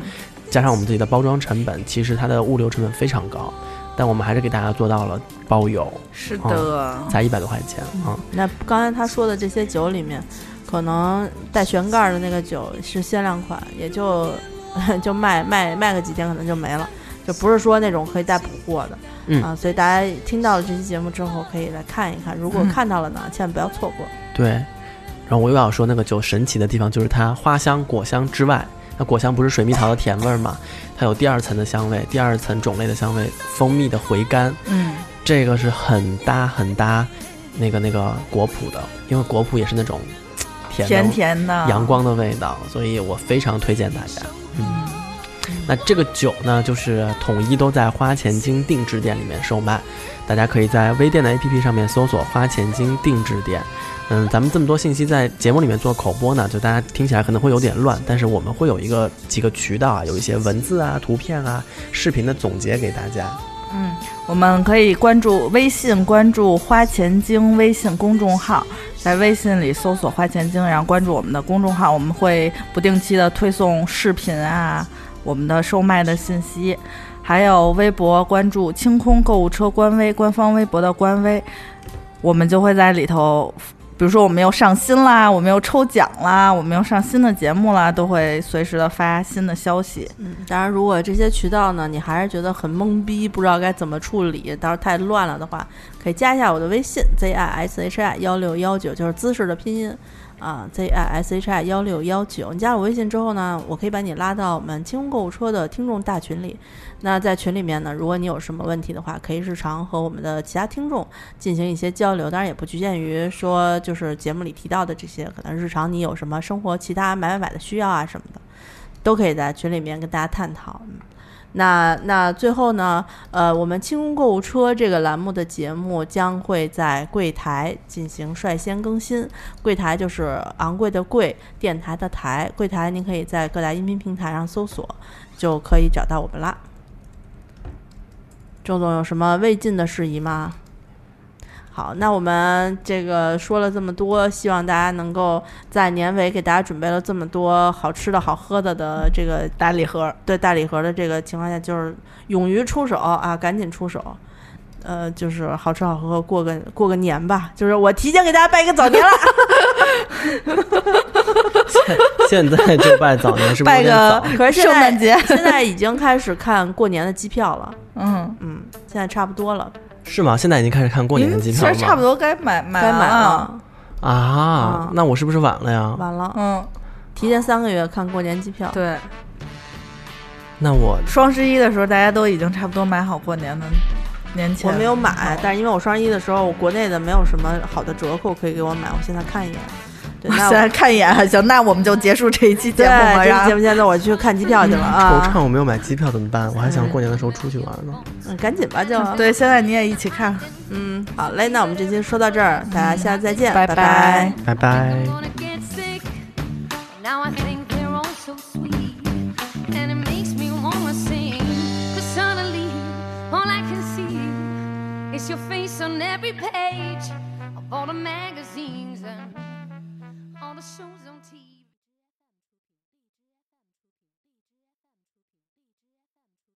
加上我们自己的包装成本，其实它的物流成本非常高，但我们还是给大家做到了包邮，是的，才一百多块钱啊。那刚才他说的这些酒里面，可能带悬盖儿的那个酒是限量款，也就 就卖卖卖个几天，可能就没了，就不是说那种可以再补货的。嗯啊，所以大家听到了这期节目之后，可以来看一看。如果嗯看到了呢，千万不要错过。对，然后我又要说那个酒神奇的地方，就是它花香、果香之外，那果香不是水蜜桃的甜味儿嘛，它有第二层的香味，第二层种类的香味，蜂蜜的回甘，嗯，这个是很搭很搭那个那个果脯的，因为果脯也是那种甜的甜甜的阳，光的味道，所以我非常推荐大家。嗯，那这个酒呢，就是统一都在花钱精定制店里面售卖，大家可以在微店的 APP 上面搜索“花钱精定制店”。嗯，咱们这么多信息在节目里面做口播呢，就大家听起来可能会有点乱，但是我们会有一个几个渠道啊，有一些文字啊、图片啊、视频的总结给大家。 嗯，我们可以关注微信，关注“花钱精”微信公众号，在微信里搜索“花钱精”，然后关注我们的公众号，我们会不定期的推送视频啊，我们的售卖的信息，还有微博关注“清空购物车”官微，官方微博的官微，我们就会在里头比如说我们又上新啦，我们又抽奖啦，我们又上新的节目啦，都会随时的发新的消息。嗯，当然，如果这些渠道呢，你还是觉得很懵逼，不知道该怎么处理，到时候太乱了的话，可以加一下我的微信 z i s h i 幺六幺九，就是姿势的拼音啊，z i s h i 幺六幺九。你加我微信之后呢，我可以把你拉到我们清空购物车的听众大群里。那在群里面呢，如果你有什么问题的话，可以日常和我们的其他听众进行一些交流，当然也不局限于说就是节目里提到的这些，可能日常你有什么生活其他买买买的需要啊什么的。都可以在群里面跟大家探讨。嗯那那最后呢，呃，我们清空购物车这个栏目的节目将会在柜台进行率先更新。柜台就是昂贵的贵，电台的台。柜台您可以在各大音频平台上搜索，就可以找到我们啦。周总有什么未尽的事宜吗？好，那我们这个说了这么多，希望大家能够在年尾给大家准备了这么多好吃的好喝的的这个大礼盒，对大礼盒的这个情况下，就是勇于出手啊，赶紧出手。呃，就是好吃好喝过个过个年吧，就是我提前给大家拜一个早 年了，现在就拜早年，是不是拜有点个早？可是现圣在诞节，现在已经开始看过年的机票了，嗯，嗯，现在差不多了，是吗？现在已经开始看过年的机嗯其票了实吗？差不多该买买该买了。了，啊嗯，那我是不是晚了呀？完了，嗯，提前三个月看过年机票，对，那我双十一的时候大家都已经差不多买好过年的年前。我没有买，但是因为我双十一的时候，我国内的没有什么好的折扣可以给我买，我现在看一眼。对，那 现我在看一眼，行，那我们就结束这一期节目啊嗯吧。对这期然节后目现在我去看机票去了惆啊，怅，我没有买机票怎么办？我还想过年的时候出去玩呢。嗯，赶紧吧就。，对，现在你也一起看，嗯，好嘞，那我们这期说到这儿，大家下次再见，拜拜拜拜拜 I'm。gonna get sick. Now I think they're all so sweet. And it makes me wanna sing. Cause suddenly, all I can see is your face on every page of all the magazines and all the shows on TV.